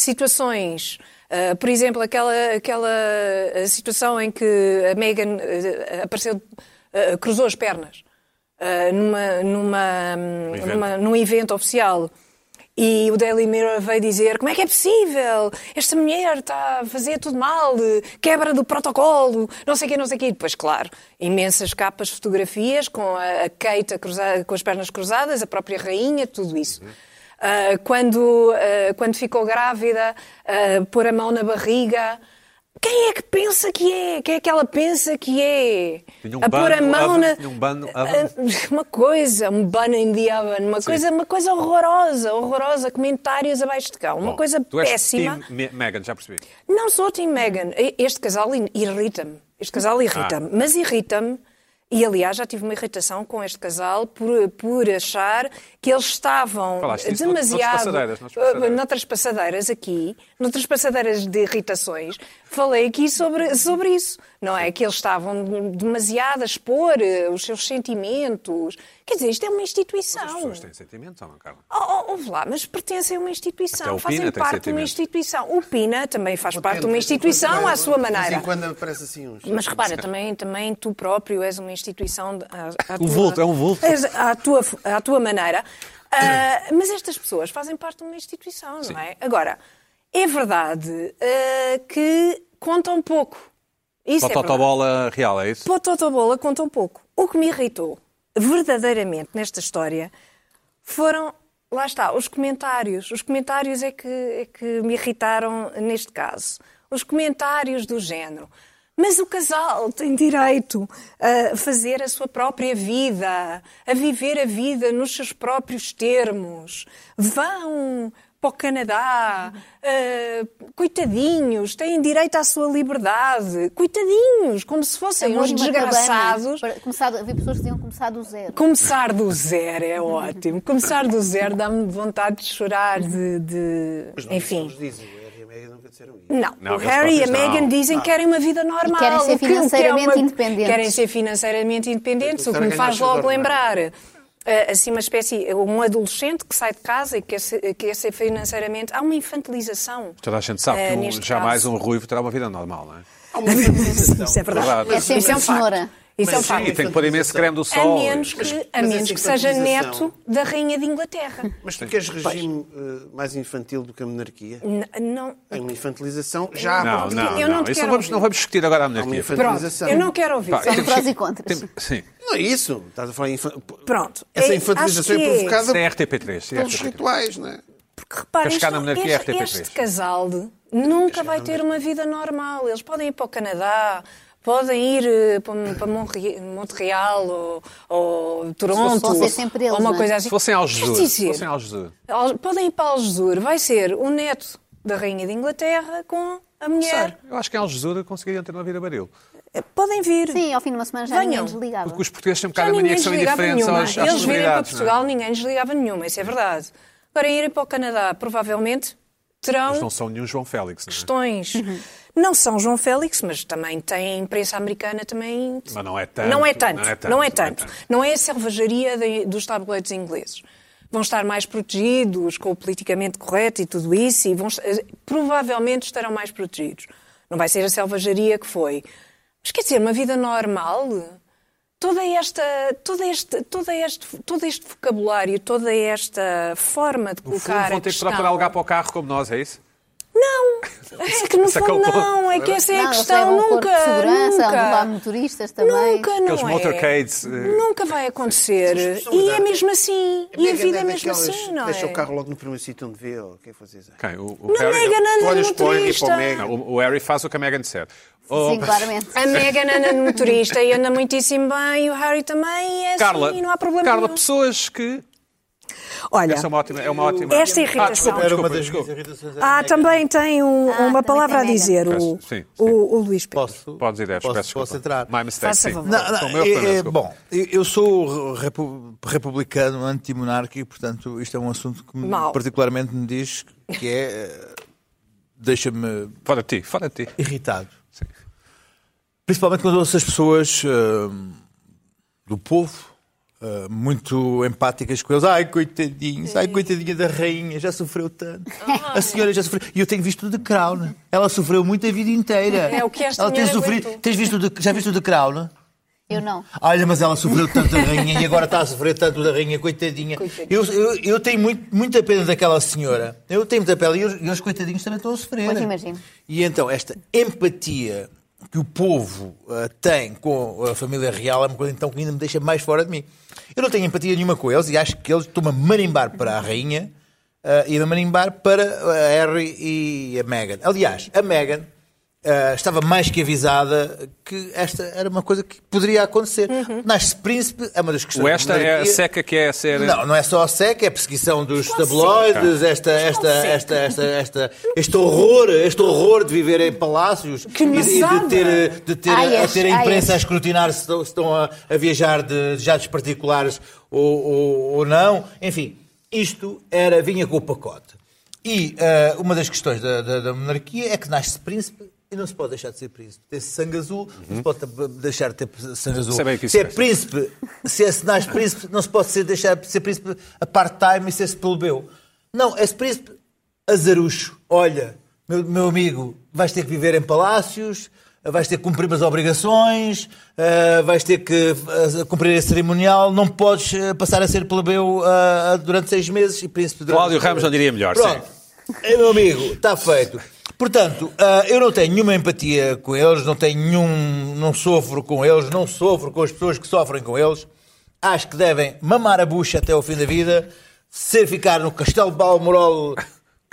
S3: situações. uh, por exemplo, aquela, aquela uh, situação em que a Meghan uh, apareceu, uh, cruzou as pernas uh, numa, numa,
S1: Um evento.
S3: numa- num evento oficial. E o Daily Mirror veio dizer como é que é possível? Esta mulher está a fazer tudo mal, eh, quebra do protocolo, não sei o quê, não sei o quê. E depois, claro, imensas capas, fotografias com a a Kate a cruzar- com as pernas cruzadas, a própria rainha, tudo isso.
S1: Uhum.
S3: Ah, quando, ah, quando ficou grávida, ah, pôr a mão na barriga. Quem é que pensa que é? Quem é que ela pensa que é?
S1: Tinha um
S3: a pôr a
S1: bano,
S3: mão
S1: oven,
S3: na...
S1: tinha um bano,
S3: Ah,
S1: oven.
S3: [laughs] uma coisa, um banho in the oven, uma coisa, uma coisa horrorosa, horrorosa, comentários abaixo de cá, uma
S1: Bom,
S3: coisa
S1: tu és
S3: péssima.
S1: Team Me- Megan, já percebi.
S3: Não sou Tim Megan. Este casal in- irrita-me. Este casal
S1: Ah.
S3: irrita-me. Mas irrita-me. E, aliás, já tive uma irritação com este casal por, por achar que eles estavam
S1: Falaste disso
S3: demasiado... eh,
S1: noutras passadeiras, noutras passadeiras.
S3: Noutras passadeiras aqui, noutras passadeiras de irritações, falei aqui sobre, sobre isso, não é? Que eles estavam demasiado a expor eh, os seus sentimentos. Quer dizer, isto é uma
S1: As
S3: instituição.
S1: pessoas têm sentimentos ou não, Carla?
S3: Oh, oh, ouve lá, mas pertencem a uma instituição,
S1: Até o
S3: fazem
S1: Pina tem
S3: parte de uma
S1: sentimento.
S3: instituição. O PINA também faz parte de uma
S2: Contente, de vez em
S3: instituição
S2: quando-
S3: à sua
S2: De vez em
S3: maneira.
S2: quando aparece assim uns.
S3: Mas repara, também, também tu próprio és uma instituição de- à, à tua,
S1: vulto, é um vulto.
S3: és à tua, à tua maneira. Ah, mas estas pessoas fazem parte de uma instituição, não é? Agora, é verdade ah, que contam pouco Isso
S1: Só
S3: é verdade.
S1: totobola real, é isso?
S3: Pela Totobola contam um pouco. O que me irritou verdadeiramente nesta história foram, lá está, os comentários. Os comentários é que, é que me irritaram neste caso. Os comentários do género. Mas o casal tem direito a fazer a sua própria vida, a viver a vida nos seus próprios termos. Vão para o Canadá, ah, coitadinhos, têm direito à sua liberdade, coitadinhos, como se fossem
S5: Amor
S3: uns
S5: e uma cabana.
S3: desgraçados.
S5: Para começar- Havia pessoas que tinham começado do zero.
S3: Começar do zero é ótimo. Começar do zero dá-me vontade de chorar, de. de- Enfim.
S2: Eles dizem, o Harry e a Meghan nunca disseram isso.
S3: Não,
S1: Não,
S3: o
S1: eles
S3: Harry e a
S1: próprios não.
S3: Meghan dizem que querem uma vida normal.
S5: querem ser
S3: o que- o que é
S5: financeiramente independentes.
S3: Querem ser financeiramente independentes, o que
S2: Será
S3: me
S2: que
S3: faz
S2: ainda ajuda
S3: logo
S2: a
S3: lembrar. eh, Assim, uma espécie, um adolescente que sai de casa e quer ser, eh, quer ser financeiramente. Há uma infantilização.
S1: Toda a gente sabe
S3: eh,
S1: que um,
S3: neste
S1: jamais
S3: caso.
S1: um ruivo terá uma vida normal, não é?
S3: [laughs] Isso é verdade.
S1: Verdade. É
S5: sempre
S3: Isso é um
S5: cenoura.
S3: facto. Isso é
S2: Então,
S3: um
S2: Mas
S1: E
S3: facto.
S1: tem que pôr imenso creme do
S3: A
S1: sol.
S3: menos que, a
S2: mas
S3: menos
S2: essa
S3: que seja
S2: infantilização-
S3: neto da Rainha de Inglaterra.
S2: Mas tu queres regime eh, mais infantil do que a monarquia?
S3: N- não.
S2: Tem uma infantilização já há
S1: Não,
S2: quanto
S1: não,
S3: Eu
S1: não.
S3: não te
S1: Isso
S3: quero
S1: não vamos,
S3: ouvir.
S1: não vamos discutir agora a
S2: Há uma
S1: monarquia.
S3: Pronto,
S2: infantilização.
S3: eu não quero ouvir.
S1: Pá,
S3: Só-
S1: temos
S5: prós
S1: que-
S5: e contras.
S1: tem- Sim.
S2: Não é isso. Estás a falar em infan-
S3: Pronto.
S2: Essa
S3: É-
S2: infantilização
S3: acho
S2: é
S3: que é-
S2: provocada
S1: Isso é RTP3. isso é
S2: pelos
S1: RTP3.
S2: rituais, não é?
S3: Porque repara,
S1: Cascar na
S3: isto-
S1: monarquia é
S3: este,
S1: RTP3.
S3: este casal de- nunca vai ter uma vida normal. Eles podem ir para o Canadá, podem ir eh, para, para Monre- Montreal ou, ou Toronto,
S5: fossem sempre eles,
S3: ou uma
S5: não é?
S3: coisa assim.
S1: Se fossem ao
S3: Quer
S1: Jesus. Se
S3: dizer,
S1: fossem ao Jesus.
S3: Al- Podem ir para Algesur. Vai ser o neto da Rainha de Inglaterra com a mulher. Eh,
S1: Eu acho que em Algesura conseguiriam ter uma vida baril.
S3: Tá Podem vir.
S5: Sim, ao fim de uma semana já ninguém
S3: Venham.
S5: desligava.
S1: Porque os portugueses têm um
S3: Já
S1: bocado a mania
S3: ninguém
S1: que são
S3: desligava
S1: indiferentes
S3: nenhuma.
S1: aos, às
S3: Eles virem para
S1: celebridades, não
S3: Portugal,
S1: é?
S3: ninguém desligava nenhuma, isso é verdade. Para irem para o Canadá, provavelmente terão
S1: Eles não são nenhum João Félix, não é?
S3: questões. Não são João Félix, mas também tem a imprensa americana também.
S1: Mas não é tanto,
S3: Não é tanto.
S1: não é tanto,
S3: Não é,
S1: não é
S3: tanto.
S1: tanto.
S3: Não é a selvageria de- dos tabloides ingleses. Vão estar mais protegidos com o politicamente correto e tudo isso, e vão, est- eh, provavelmente estarão mais protegidos. Não vai ser a selvageria que foi. Mas quer dizer, uma vida normal, toda esta, toda este, todo este, todo este vocabulário, toda esta forma de
S1: No
S3: colocar
S1: fundo, vão ter
S3: a
S1: que
S3: questão...
S1: trocar alugar para o carro como nós, é isso?
S3: Não, é que no
S1: Essa
S3: fundo
S1: acabou.
S3: não, é que essa é a
S5: Não, eles
S3: questão.
S5: levam um corpo
S3: nunca,
S5: de segurança, andam lá
S3: nunca,
S5: motoristas também.
S3: nunca não
S1: Aqueles
S3: é.
S1: motorcades, eh.
S3: Nunca vai acontecer.
S2: Sim,
S3: E é mesmo assim. E a
S2: Meghan
S3: vida é mesmo
S2: daquelas-
S3: assim, não é?
S2: Deixa o carro logo no primeiro sítio onde vê, ou o que é que vocês acham?
S1: Quem? O, o
S3: Não, é
S1: Harry?
S3: Meghan anda
S2: Olhas
S3: de
S2: para o Harry e para o
S3: motorista.
S2: Meghan.
S1: Não, o, o Harry faz o que a Meghan disser. Oh,
S5: Sim, claramente.
S3: A Megan anda de motorista e anda muitíssimo bem, e o Harry também, e é assim,
S1: Carla,
S3: e não há problema
S1: Carla,
S3: nenhum.
S1: pessoas que...
S3: Olha,
S1: Essa é uma ótima... É uma ótima...
S3: Esta irritação-
S1: Ah, desculpa,
S4: Era
S1: desculpa,
S4: uma das minhas
S1: desculpa.
S4: irritações. era
S3: ah,
S4: Meghan.
S3: também tem um-
S5: Ah,
S3: uma
S5: também
S3: palavra a
S5: tem
S3: dizer, o,
S1: Peço, sim,
S3: o,
S1: sim.
S3: o Luís Pedro.
S4: Posso?
S1: Podes ir, Deves,
S4: um posso,
S1: peço desculpa.
S4: Posso entrar?
S1: My mistake,
S3: Faça
S1: sim.
S3: favor.
S4: Não,
S1: Sou
S4: não,
S1: meu,
S4: é-
S1: também,
S4: é-
S1: desculpa.
S4: bom, eu eu sou repu- republicano, antimonárquico, e, portanto isto é um assunto que me-
S3: Mau.
S4: particularmente me diz que é... eh, deixa-me
S1: Fora de ti, fora de ti.
S4: irritado.
S1: Sim.
S4: Principalmente quando ouço as pessoas hum, do povo hum, muito empáticas com eles. Ai, coitadinhos, ai, coitadinha da rainha, já sofreu tanto.
S3: Ah.
S4: A senhora já sofreu. E eu tenho visto o The Crown. Ela sofreu muito a vida inteira.
S3: É o que esta
S4: Ela tem
S3: mulher
S4: sofrido.
S3: aguentou.
S4: Tens visto o The- já viste o The Crown? [laughs]
S5: Eu não.
S4: Olha, mas ela sofreu tanto da rainha e agora está a sofrer tanto da rainha, coitadinha. Eu, eu, eu tenho muito, muita pena daquela senhora. Eu tenho muita pena e os, e os coitadinhos também estão a sofrer.
S5: Pois, imagino.
S4: E então, esta empatia que o povo ah, tem com a família real é uma coisa então, que ainda me deixa mais fora de mim. Eu não tenho empatia nenhuma com eles e acho que eles estão-me a marimbar para a rainha ah, e a marimbar para eh, a Harry e a Meghan. Aliás, a Meghan ah, estava mais que avisada que esta era uma coisa que poderia acontecer. Nasce príncipe, é uma das questões.
S1: O
S4: da
S1: esta é a
S4: monarquia.
S1: seca que é a ser...
S4: Não, não é só a seca, é a perseguição dos tabloides, esta, esta,
S3: seca?
S4: esta, esta, esta, este horror, este horror de viver em palácios e de, e de
S3: mesada!
S4: ter, de ter,
S5: Ai,
S4: a,
S5: este,
S4: ter a
S5: ai,
S4: imprensa
S5: este.
S4: a escrutinar se estão, se estão a, a viajar de jatos particulares ou, ou, ou não. Enfim, isto era, vinha com o pacote. E ah, uma das questões da, da, da monarquia é que nasce príncipe e não se pode deixar de ser príncipe. Ter sangue azul, não se pode deixar de ter sangue azul.
S1: Sei bem o que isso
S4: Se é
S1: é.
S4: príncipe, se é se nasce príncipe, não se pode ser, deixar de ser príncipe a part-time e ser-se plebeu. Não, esse príncipe azarucho. Olha, meu, meu amigo, vais ter que viver em palácios, vais ter que cumprir as obrigações, ah, vais ter que ah, cumprir esse cerimonial, não podes ah, passar a ser plebeu ah, ah, durante seis meses e príncipe durante...
S1: Cláudio Ramos não diria melhor,
S4: Pronto.
S1: sim.
S4: É, meu amigo, está feito. Portanto, ah, eu não tenho nenhuma empatia com eles, não tenho nenhum. não sofro com eles, não sofro com as pessoas que sofrem com eles. Acho que devem mamar a bucha até ao fim da vida, ser ficar no Castelo de Balmoral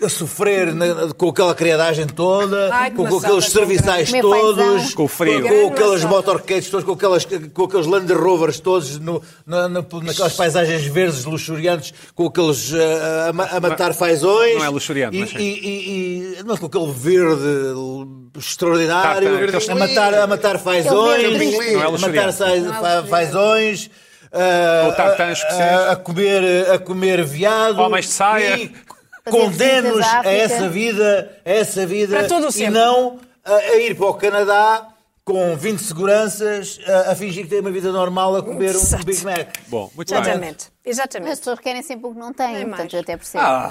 S4: a sofrer na- na- com aquela criadagem toda,
S3: Ai, que
S4: com, com
S3: maçada,
S4: aqueles
S3: com
S4: serviçais
S5: grande-
S4: todos,
S5: Com
S1: o frio.
S4: com aquelas
S3: Grande
S4: motorcades todas, com, aquelas, com aqueles Land Rovers todos, no, na- na- naquelas paisagens verdes luxuriantes, com aqueles ah, a, ma- a matar faisões.
S1: é- não é luxuriante,
S4: e,
S1: mas sim.
S4: e- e- e- não, com aquele verde extraordinário,
S1: Tá, tá, aqueles-
S4: a matar, a matar
S5: Aquele
S4: faisões,
S5: verde
S1: triste. Não é
S4: a matar
S1: luxuriante.
S4: sai-
S3: Não é
S4: fa-
S3: luxuriante.
S4: faisões. ah,
S1: Ou tartãs
S4: a-
S1: escoceses.
S4: a, a comer a comer viado
S1: Homens de saia.
S4: e
S5: Fazer
S4: condenos
S5: visitas à
S4: a
S5: África.
S4: essa vida, a essa vida
S3: Para todo o
S4: e
S3: sempre.
S4: não a, a ir para o Canadá com 20 seguranças a, a fingir que tem uma vida normal a comer um
S3: Exato.
S4: Big Mac.
S1: Bom, muito bem.
S3: Exatamente.
S5: Mas as
S3: Exatamente.
S5: pessoas querem sempre o que não têm,
S3: Tem mais.
S5: portanto eu até percebo.
S4: Ah.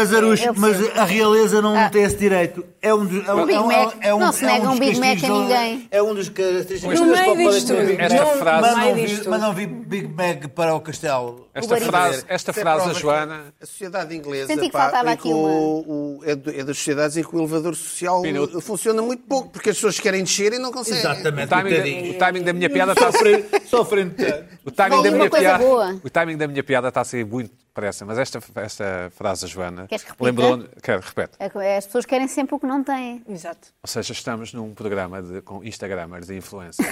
S4: Azarucho,
S1: é.
S5: Eu
S4: mas a realeza não tem esse direito. É um dos, é um,
S5: Ah. Big
S4: é um-
S5: Mac.
S4: é um-
S5: Não se
S4: é
S5: nega um
S4: dos
S5: Big Mac a
S4: castigos da-
S5: ninguém.
S4: É um dos características
S3: No
S4: das
S1: é
S3: meio
S4: populares
S3: disto
S4: de comer
S3: tudo,
S4: Big
S1: esta
S4: Mac.
S1: frase-
S4: Mas
S3: no meio
S4: não vi-
S3: disto
S4: mas não vi Big Mac para o castelo.
S1: Esta
S5: O
S1: frase, esta
S2: Isso é
S1: frase,
S2: prova
S1: Joana.
S2: que A sociedade inglesa
S5: Senti que
S2: pá,
S5: faltava
S2: em que
S5: aqui
S2: o- o- é, do- é das sociedades em que o elevador social
S1: Minuto.
S2: funciona muito pouco, porque as pessoas querem descer e não
S1: O
S2: conseguem.
S4: Exatamente,
S1: timing, da, o timing da minha piada está a ser.
S4: Sofrem, sofrem tanto.
S1: O timing,
S5: Não,
S1: da
S5: uma
S1: minha
S5: coisa
S1: piada,
S5: boa.
S1: o timing da minha piada está a sair muito depressa, mas esta, esta frase, Joana,
S5: Queres que repita?
S1: lembrou-me. Quero, repete.
S5: É- As pessoas querem sempre o que não têm.
S3: Exato.
S1: Ou seja, estamos num programa de, com Instagramers e influencers.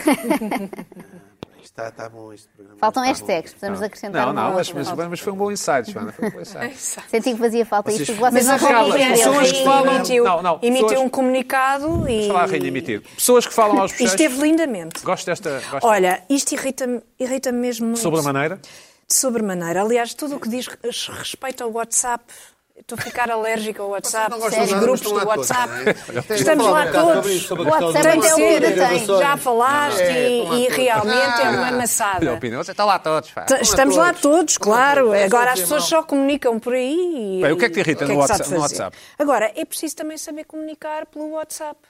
S2: Está, está bom este programa.
S3: é
S5: Faltam
S4: Ah,
S5: hashtags, precisamos [laughs] acrescentar
S1: Não,
S5: uma
S1: não, mas,
S5: outra.
S1: mas, mas foi um bom insight, Joana. Foi um bom
S5: [laughs]
S1: insight.
S5: Senti que fazia falta isto, porque
S1: Mas
S5: vocês não
S1: acaba,
S5: vão compreender.
S1: pessoas que falam-
S3: Emitiu,
S1: Não, não,
S3: emitiu
S1: pessoas-
S3: um comunicado e.
S1: Falar a rainha emitir. Pessoas que falam
S3: [laughs]
S1: aos
S3: E
S1: fecheiros.
S3: esteve lindamente.
S1: Gosto desta. Gosto
S3: Olha, isto irrita-me irrita mesmo muito.
S1: Sobre a maneira.
S3: De sobremaneira. Aliás, tudo o que diz respeito ao WhatsApp, estou a ficar alérgica ao WhatsApp,
S2: não gostam
S3: os
S2: nada, mas
S3: grupos
S2: estão
S3: do
S2: lá todos,
S3: WhatsApp.
S2: não é?
S3: Estamos
S2: Vamos falar um
S3: lá
S2: bocado
S4: sobre
S3: todos.
S4: isso, sobre a
S5: O
S4: questão
S5: WhatsApp
S4: do-
S5: é
S3: Tem
S5: o
S3: que ser,
S5: tem.
S3: já falaste
S2: É,
S3: e,
S2: estão lá
S3: e
S2: todos.
S3: realmente é uma
S2: Ah.
S1: Olha,
S3: amassada.
S1: opinião. Está lá todos. pá.
S3: T- Então, Estamos lá todos, claro.
S2: todos.
S3: Agora as
S2: Não é só
S3: pessoas
S2: dizer mal.
S3: só comunicam por aí. e-
S1: Bem, o que é que te irrita
S3: o
S1: no
S3: se há de
S1: WhatsApp- no
S3: fazer?
S1: WhatsApp?
S3: Agora, é preciso também saber comunicar pelo WhatsApp.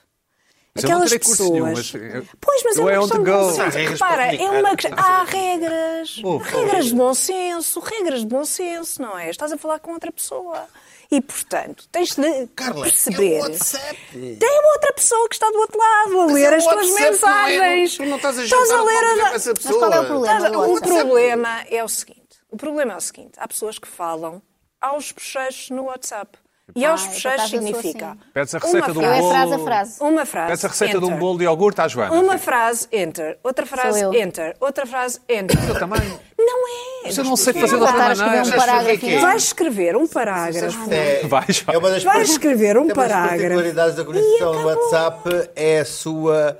S1: Mas eu não
S3: Aquelas
S1: terei curso nenhum,
S3: pessoas.
S1: mas eu-
S3: Pois, mas é
S1: eu
S3: uma
S1: é
S3: questão de
S1: onde
S3: bom
S1: go.
S2: Há
S3: senso.
S2: regras
S3: Repara,
S2: para
S3: é
S2: comunicar.
S3: uma questão. Há regras. regras de bom senso. Regras de bom senso, não é? Estás a falar com outra pessoa. E, portanto, tens de
S2: Carla,
S3: perceber.
S2: é o WhatsApp.
S3: Tem uma outra pessoa que está do outro lado a ler
S2: é
S3: as
S2: o
S3: tuas
S2: WhatsApp, não é?
S3: mensagens.
S2: Tu não estás a
S3: Estás
S2: jantar,
S3: a ler
S2: não
S3: as-
S2: estás a essa
S5: Mas qual é o
S2: pessoa.
S5: problema?
S3: Estás-
S5: do
S3: o
S5: WhatsApp?
S3: problema é o seguinte. O problema é o seguinte. Há pessoas que falam aos bochechos no WhatsApp. E aos
S5: Ah, eu por
S3: bochechos
S5: acaso eu sou
S3: significa...
S5: assim.
S1: Pedes a
S3: uma
S1: receita de um
S5: Eu é
S1: bolo.
S5: frase a frase.
S3: Uma frase.
S1: Pedes a receita de um
S3: enter.
S1: bolo de iogurte à Joana.
S3: Uma frase, enter. Outra frase,
S5: eu.
S3: enter. Outra frase, enter.
S1: Eu também.
S3: Não é.
S1: Mas eu não sei fazer de
S5: Vou
S1: outra
S5: estar a escrever um
S1: maneira.
S5: parágrafo.
S2: Sabes
S5: e-
S3: Vai escrever um parágrafo.
S4: É,
S1: Vais, vai.
S4: é uma das
S3: Vai
S4: par-
S3: escrever um
S4: é uma das
S3: parágrafo.
S4: particularidades da comunicação
S3: E
S4: no
S3: acabou.
S4: WhatsApp é a sua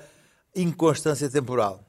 S4: inconstância temporal.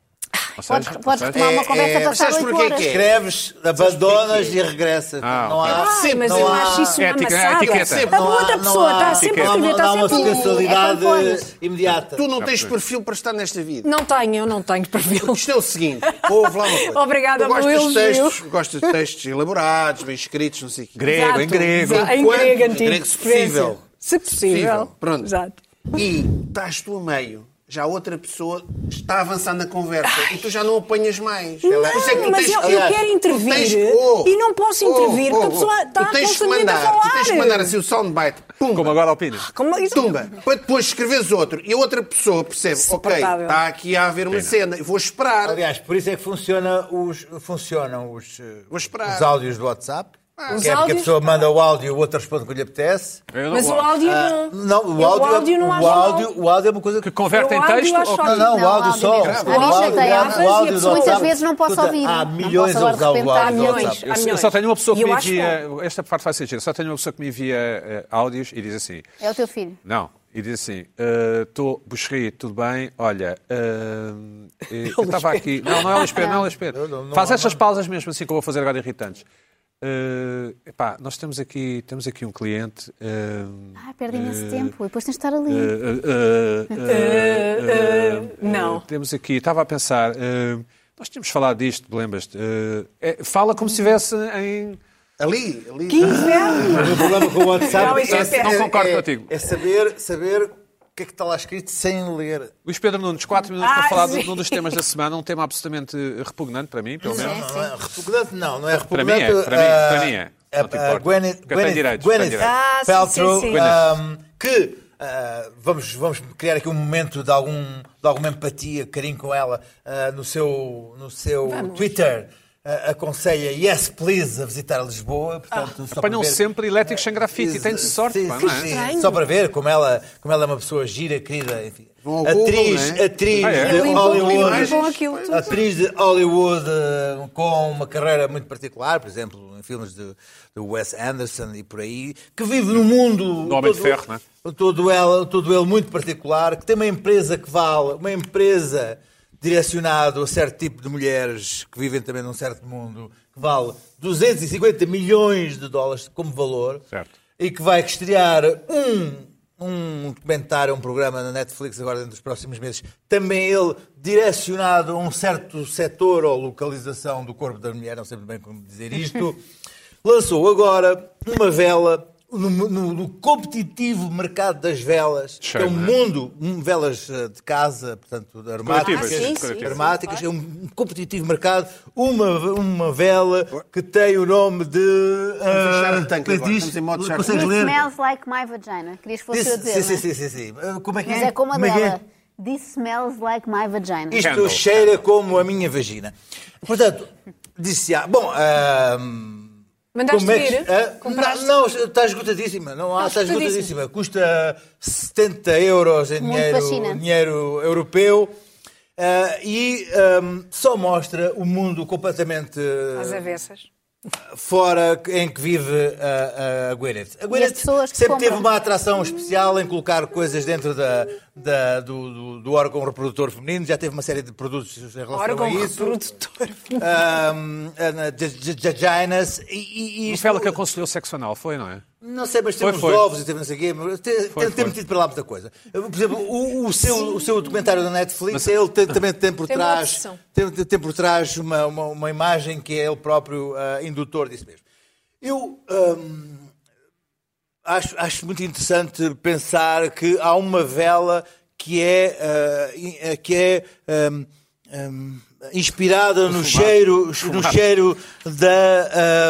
S1: Ou seja,
S5: Podes, podes
S1: ou seja,
S5: retomar uma
S4: É,
S5: conversa
S4: é,
S5: passada
S2: sabes
S5: 8
S2: porquê
S5: horas.
S2: que é?
S4: Escreves, abandonas e regressas.
S1: Ah,
S4: não
S1: ok.
S4: há,
S3: Ai, mas
S4: não
S3: eu
S4: há,
S3: acho isso uma
S1: Ética,
S3: amassada.
S1: etiqueta.
S3: A outra
S4: não
S3: pessoa está
S4: há-
S3: sempre a
S4: não há-
S3: escrever,
S4: Não há
S3: está
S4: uma
S3: sempre...
S4: sexualidade
S5: É conformes.
S4: imediata.
S2: Tu não tens perfil para estar nesta vida.
S3: Não tenho, eu não tenho perfil.
S2: Isto é o seguinte, ouve lá uma coisa.
S3: Obrigada
S2: Eu gosto
S3: pelo
S2: dos
S3: elogio.
S2: textos, gosto de textos elaborados, bem escritos, não sei o quê.
S4: É,
S1: Grego, em
S3: Exato.
S1: grego.
S3: Exato. Em
S2: Enquanto-
S3: grego antigo.
S2: grego, se possível.
S3: Se possível.
S2: Possível, pronto.
S3: Exato.
S2: E estás tu a meio. Já outra pessoa está a avançar na conversa e tu já não apanhas mais.
S3: Não,
S2: Por isso é que tu
S3: mas
S2: tens- oh,
S3: eu- eu
S2: aliás,
S3: quero
S2: tu
S3: intervir
S2: tens-
S3: e não posso intervir, porque a pessoa está
S2: oh, tu tens que
S3: constantemente
S2: mandar,
S3: a falar.
S2: Tu tens que mandar assim o soundbite, pum,
S1: Como agora opina.
S3: Como...
S2: tumba, para depois escreveres outro e a outra pessoa percebe, ok,
S3: Suportável.
S2: está aqui a haver uma cena, eu vou esperar.
S4: Aliás, por isso é que funciona os, funcionam os, eh,
S2: Vou esperar.
S4: os áudios do WhatsApp.
S1: Ah.
S3: Os
S4: que é porque a
S3: áudios?
S4: pessoa manda o áudio e o outro responde o que lhe apetece.
S1: Eu
S3: Mas o
S1: não-
S3: áudio não.
S4: Ah, Não, o
S3: Eu
S4: áudio, é-
S3: não
S4: o
S3: acho
S4: áudio, o áudio é uma coisa
S1: Que converte
S3: Eu
S1: em
S3: áudio
S1: texto?
S3: acho
S1: ou-
S3: ótimo.
S4: Não, não, o
S5: Não,
S4: áudio
S5: áudio
S4: só.
S5: mesmo.
S4: O
S5: A mim
S4: áudio-
S5: chateia,
S4: o
S5: às vezes,
S4: áudio
S5: e a
S4: do
S5: pessoa muitas
S4: WhatsApp.
S5: vezes não posso
S4: Escuta,
S5: ouvir.
S4: Há
S5: Não
S4: milhões
S5: posso
S4: a
S5: agora
S4: usar
S5: de
S4: o
S5: repente, há
S4: áudio do
S3: milhões.
S4: WhatsApp.
S1: Eu,
S3: Há
S1: eu
S3: milhões.
S1: só tenho uma pessoa que
S3: é E eu
S1: me
S3: acho
S1: envia. Esta parte vai ser gira. Só tenho uma pessoa que me envia eh, áudios e diz assim:
S5: É o teu filho.
S1: Não. E diz assim, estou, uh, tudo bem, olha, [laughs] ah, eh, eu estava aqui... Não, não é o espelho, não é o espelho. Faz estas pausas mesmo assim que eu vou fazer agora irritantes. Ah, epá, nós temos aqui, temos aqui um cliente... ah,
S5: Ai, perdem
S4: Eh,
S5: esse tempo. E depois tens de estar ali.
S1: ah, ah, ah, ah,
S3: não.
S1: Temos aqui, estava a pensar, ah, nós tínhamos falado disto, lembras-te? Ah, é, fala como se estivesse em...
S2: Ali, ali.
S3: Que inferno!
S4: O meu problema com o WhatsApp
S3: Não, isso é péssimo.
S1: Não concordo
S4: é-
S1: contigo.
S4: É saber, saber o que é que está lá escrito sem ler.
S1: Luís Pedro Nunes, quatro minutos para
S3: Ah,
S1: falar de,
S3: sim.
S1: de um dos temas da semana, um tema absolutamente eh, repugnante para mim, pelo menos.
S4: Não, é repugnante, não, não é
S1: Para mim
S4: repugnante.
S1: é, para mim,
S4: ah,
S1: para mim é. Não
S4: ah,
S1: te importa.
S4: Gwyneth,
S1: Porque tem
S4: Gwyneth,
S1: direitos, tem
S4: Gwyneth
S1: direitos.
S3: Ah, sim,
S4: Paltrow,
S3: sim, sim.
S4: ah, que ah, vamos, vamos criar aqui um momento de, algum, de alguma empatia, carinho com ela ah, no seu, no seu Twitter. ah, aconselha Yes Please a visitar Lisboa. Portanto, só para
S1: Apanham
S4: ver-
S1: sempre elétricos sem grafite e têm de sorte,
S4: Sim,
S1: pá,
S4: sim,
S1: não é?
S4: sim.
S3: Estranho.
S4: Só para ver como ela, como ela é uma pessoa gira, querida. Enfim.
S2: Vão ao Google,
S4: Atriz,
S2: não é?
S4: atriz
S1: Ah, é?
S4: de
S3: Limpam-
S4: Hollywood.
S3: limpam aquilo tudo.
S4: Atriz de Hollywood eh, com uma carreira muito particular, por exemplo, em filmes de, de Wes Anderson e por aí, que vive num mundo.
S1: Do Homem de Ferro, não é?
S4: Todo ela, todo ele muito particular, que tem uma empresa que vale, uma empresa direcionada a certo tipo de mulheres que vivem também num certo mundo, que vale 250 milhões de dólares como valor,
S1: Certo.
S4: e que vai estrear um, um documentário, um programa na Netflix agora dentro dos próximos meses, também ele direcionado a um certo setor ou localização do corpo da mulher, não sei muito bem como dizer isto, lançou agora uma vela no, no- no competitivo mercado das velas, que é um
S1: Cheio, não é?
S4: mundo, um, velas eh, de casa, portanto, de aromáticas,
S1: Coletivas, Ah, sim, sim,
S4: aromáticas,
S1: sim,
S4: é um competitivo mercado, uma, uma vela que tem o nome de... ah,
S2: fechar o tanque
S4: como é que
S2: agora,
S4: diz?
S2: estamos em modo Shark
S4: Consegues
S2: Tank.
S4: ler?
S5: Smells like my vagina. Querias que fosse eu
S4: Disse-
S5: a dizer.
S4: sim,
S5: não
S4: sim,
S5: é?
S4: sim, sim, sim. Uh, Como é que
S5: Mas
S4: é?
S5: é como a
S4: Como é que é?
S5: dela. This smells like my vagina.
S4: Isto
S1: Candle.
S4: cheira como a minha vagina. Portanto, disse ah, Bom, ah,
S3: Mandaste
S4: como é que.
S3: vir?
S4: ah,
S3: Compraste?
S4: não, não, está esgotadíssima. Não há, está
S3: Está
S4: esgotadíssima. Custa 70 euros em
S5: Muito
S4: dinheiro,
S5: fascinante.
S4: dinheiro europeu. ah, e ah, só mostra o mundo completamente
S3: Às avessas.
S4: fora em que vive a, a Gwyneth. A Gwyneth
S5: pessoas que
S4: sempre
S5: compram.
S4: teve uma atração especial em colocar coisas dentro da, da- do, do- do órgão reprodutor feminino, já teve uma série de produtos em relação
S3: Órgão
S4: a isso. Um,
S3: reprodutor.
S4: Ahm, Ana, de- de- de- Vaginas e, e, e
S1: E
S4: isto-
S1: foi ela que aconselhou sexo anal, foi, não é?
S4: não sei, mas temos
S1: foi.
S4: ovos e temos não sei o quê, mas te- tem, tem
S1: foi.
S4: metido para lá muita coisa. Por exemplo, o, o seu, o seu documentário da Netflix, ele tem- também tem por
S3: Tem uma
S4: trás,
S3: obsessão.
S4: tem, tem- tem por trás uma, uma, uma imagem que é ele próprio ah, indutor disso mesmo. Eu ahm, acho, acho muito interessante pensar que há uma vela que é, ah, in- ah, que é ahm, ahm, inspirada no cheiro, no cheiro da.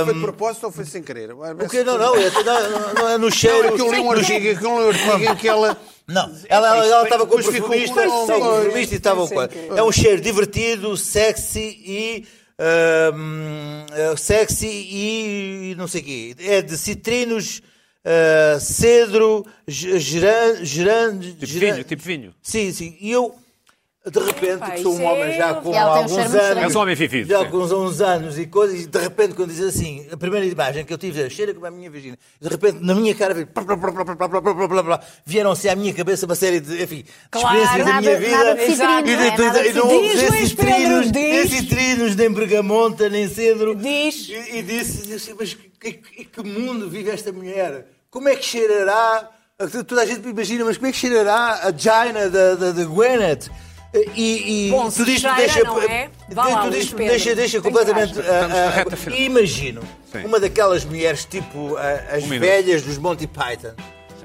S4: hum,
S2: Foi de
S4: ahm,
S2: propósito ou foi sem querer?
S4: o que não, não, é, não, não é no cheiro.
S2: que eu li um artigo, que eu li um artigo em que ela...
S4: Não, ela, ela, ela estava com o
S2: Mas ficou
S4: perfumista,
S2: com-
S4: estava com o
S2: Sim.
S4: perfumista e estava
S3: Sim,
S4: com
S3: sim.
S4: É um cheiro divertido, sexy e. ahm, eh, sexy e não sei o quê. É de citrinos, ah, cedro, ge- geran, geran,
S1: Tipo
S4: geran-
S1: vinho, tipo vinho.
S4: Sim, sim. E eu, de repente,
S3: Epá,
S4: que sou
S3: isso
S4: um homem
S3: é-
S4: já com
S5: E ela tem um
S4: alguns
S5: cheiro
S4: anos.
S5: muito estranho.
S1: És um homem vivido,
S4: Já
S1: sim.
S4: com uns, uns anos e coisas, e de repente, quando diz assim, a primeira imagem que eu tive era cheira como é a minha vagina. De repente, na minha cara, veio plá, plá, plá, plá, plá, plá, plá, plá, plá, plá. vieram-se à minha cabeça uma série de, enfim, de
S3: Claro,
S4: experiências da
S5: nada-
S4: minha vida.
S5: nada de citrino,
S4: E
S5: não é? Nada de
S4: e não
S5: citrino.
S4: houve
S3: Diz, Luís
S4: esses
S3: Pedro,
S4: trinos,
S3: diz.
S4: esses trinos, nem bergamonta, nem cedro.
S3: Diz.
S4: E, e disse, disse, mas que, que- que mundo vive esta mulher? Como é que cheirará? Toda a gente me imagina, mas como é que cheirará a Gina da, da, da Gwyneth? E, e
S3: Bom,
S4: tudo
S3: se
S4: isto
S3: cheira,
S4: me deixa,
S3: não é? Vá lá,
S4: tudo
S3: Luís
S4: isto me
S3: Pedro.
S4: deixa, deixa
S3: Tem
S4: completamente.
S3: coragem.
S4: ah,
S1: Estamos na
S4: ah,
S1: reta final.
S4: imagino
S1: Sim.
S4: uma daquelas mulheres tipo ah, as
S1: Um minuto.
S4: velhas dos Monty Python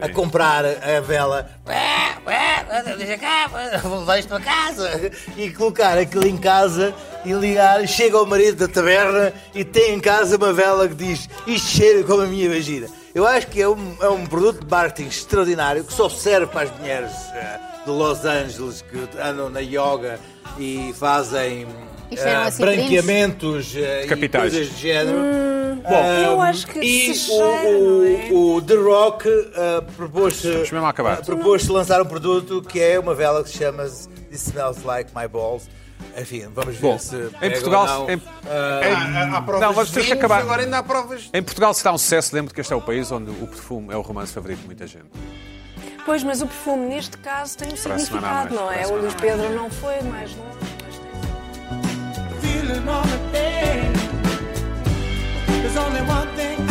S4: a comprar a vela. Ué, ué, Deixa cá, vou levar isto para casa. E colocar aquilo em casa e ligar. Chega ao marido da taberna e tem em casa uma vela que diz isto cheira como a minha vagina. Eu acho que é um, é um produto de marketing extraordinário que só serve para as mulheres ah, de Los Angeles que andam na yoga e fazem
S5: E cheiram assim Hum.
S4: ah,
S5: a citrinos.
S4: branqueamentos ah, e
S1: Capitais.
S4: coisas do género.
S3: Eu
S4: [laughs] Ah,
S3: acho que
S4: e
S3: se
S4: o,
S3: cheira, é?
S4: o- o The Rock ah, propôs
S1: Estamos mesmo a acabar.
S4: ah, propôs lançar um produto que é uma vela que se chama This Smells Like My Balls. Enfim, vamos ver
S1: Bom,
S4: se
S1: em
S4: pega ou
S1: Portugal-
S4: não.
S1: em-
S4: Ah,
S2: Há, há provas
S1: Não, vamos ter que
S2: de vinhos,
S1: acabar.
S2: Agora ainda há provas...
S1: Em Portugal será um sucesso, lembro que este é o país onde o perfume é o romance favorito de muita gente.
S3: Pois, mas o perfume neste caso tem um
S1: Para a semana há mais,
S3: significado, não
S1: para a
S3: é? O
S1: semana
S3: Luís
S1: há
S3: Pedro não foi mais longe, mas tem.
S6: feeling on the bed. There's only one thing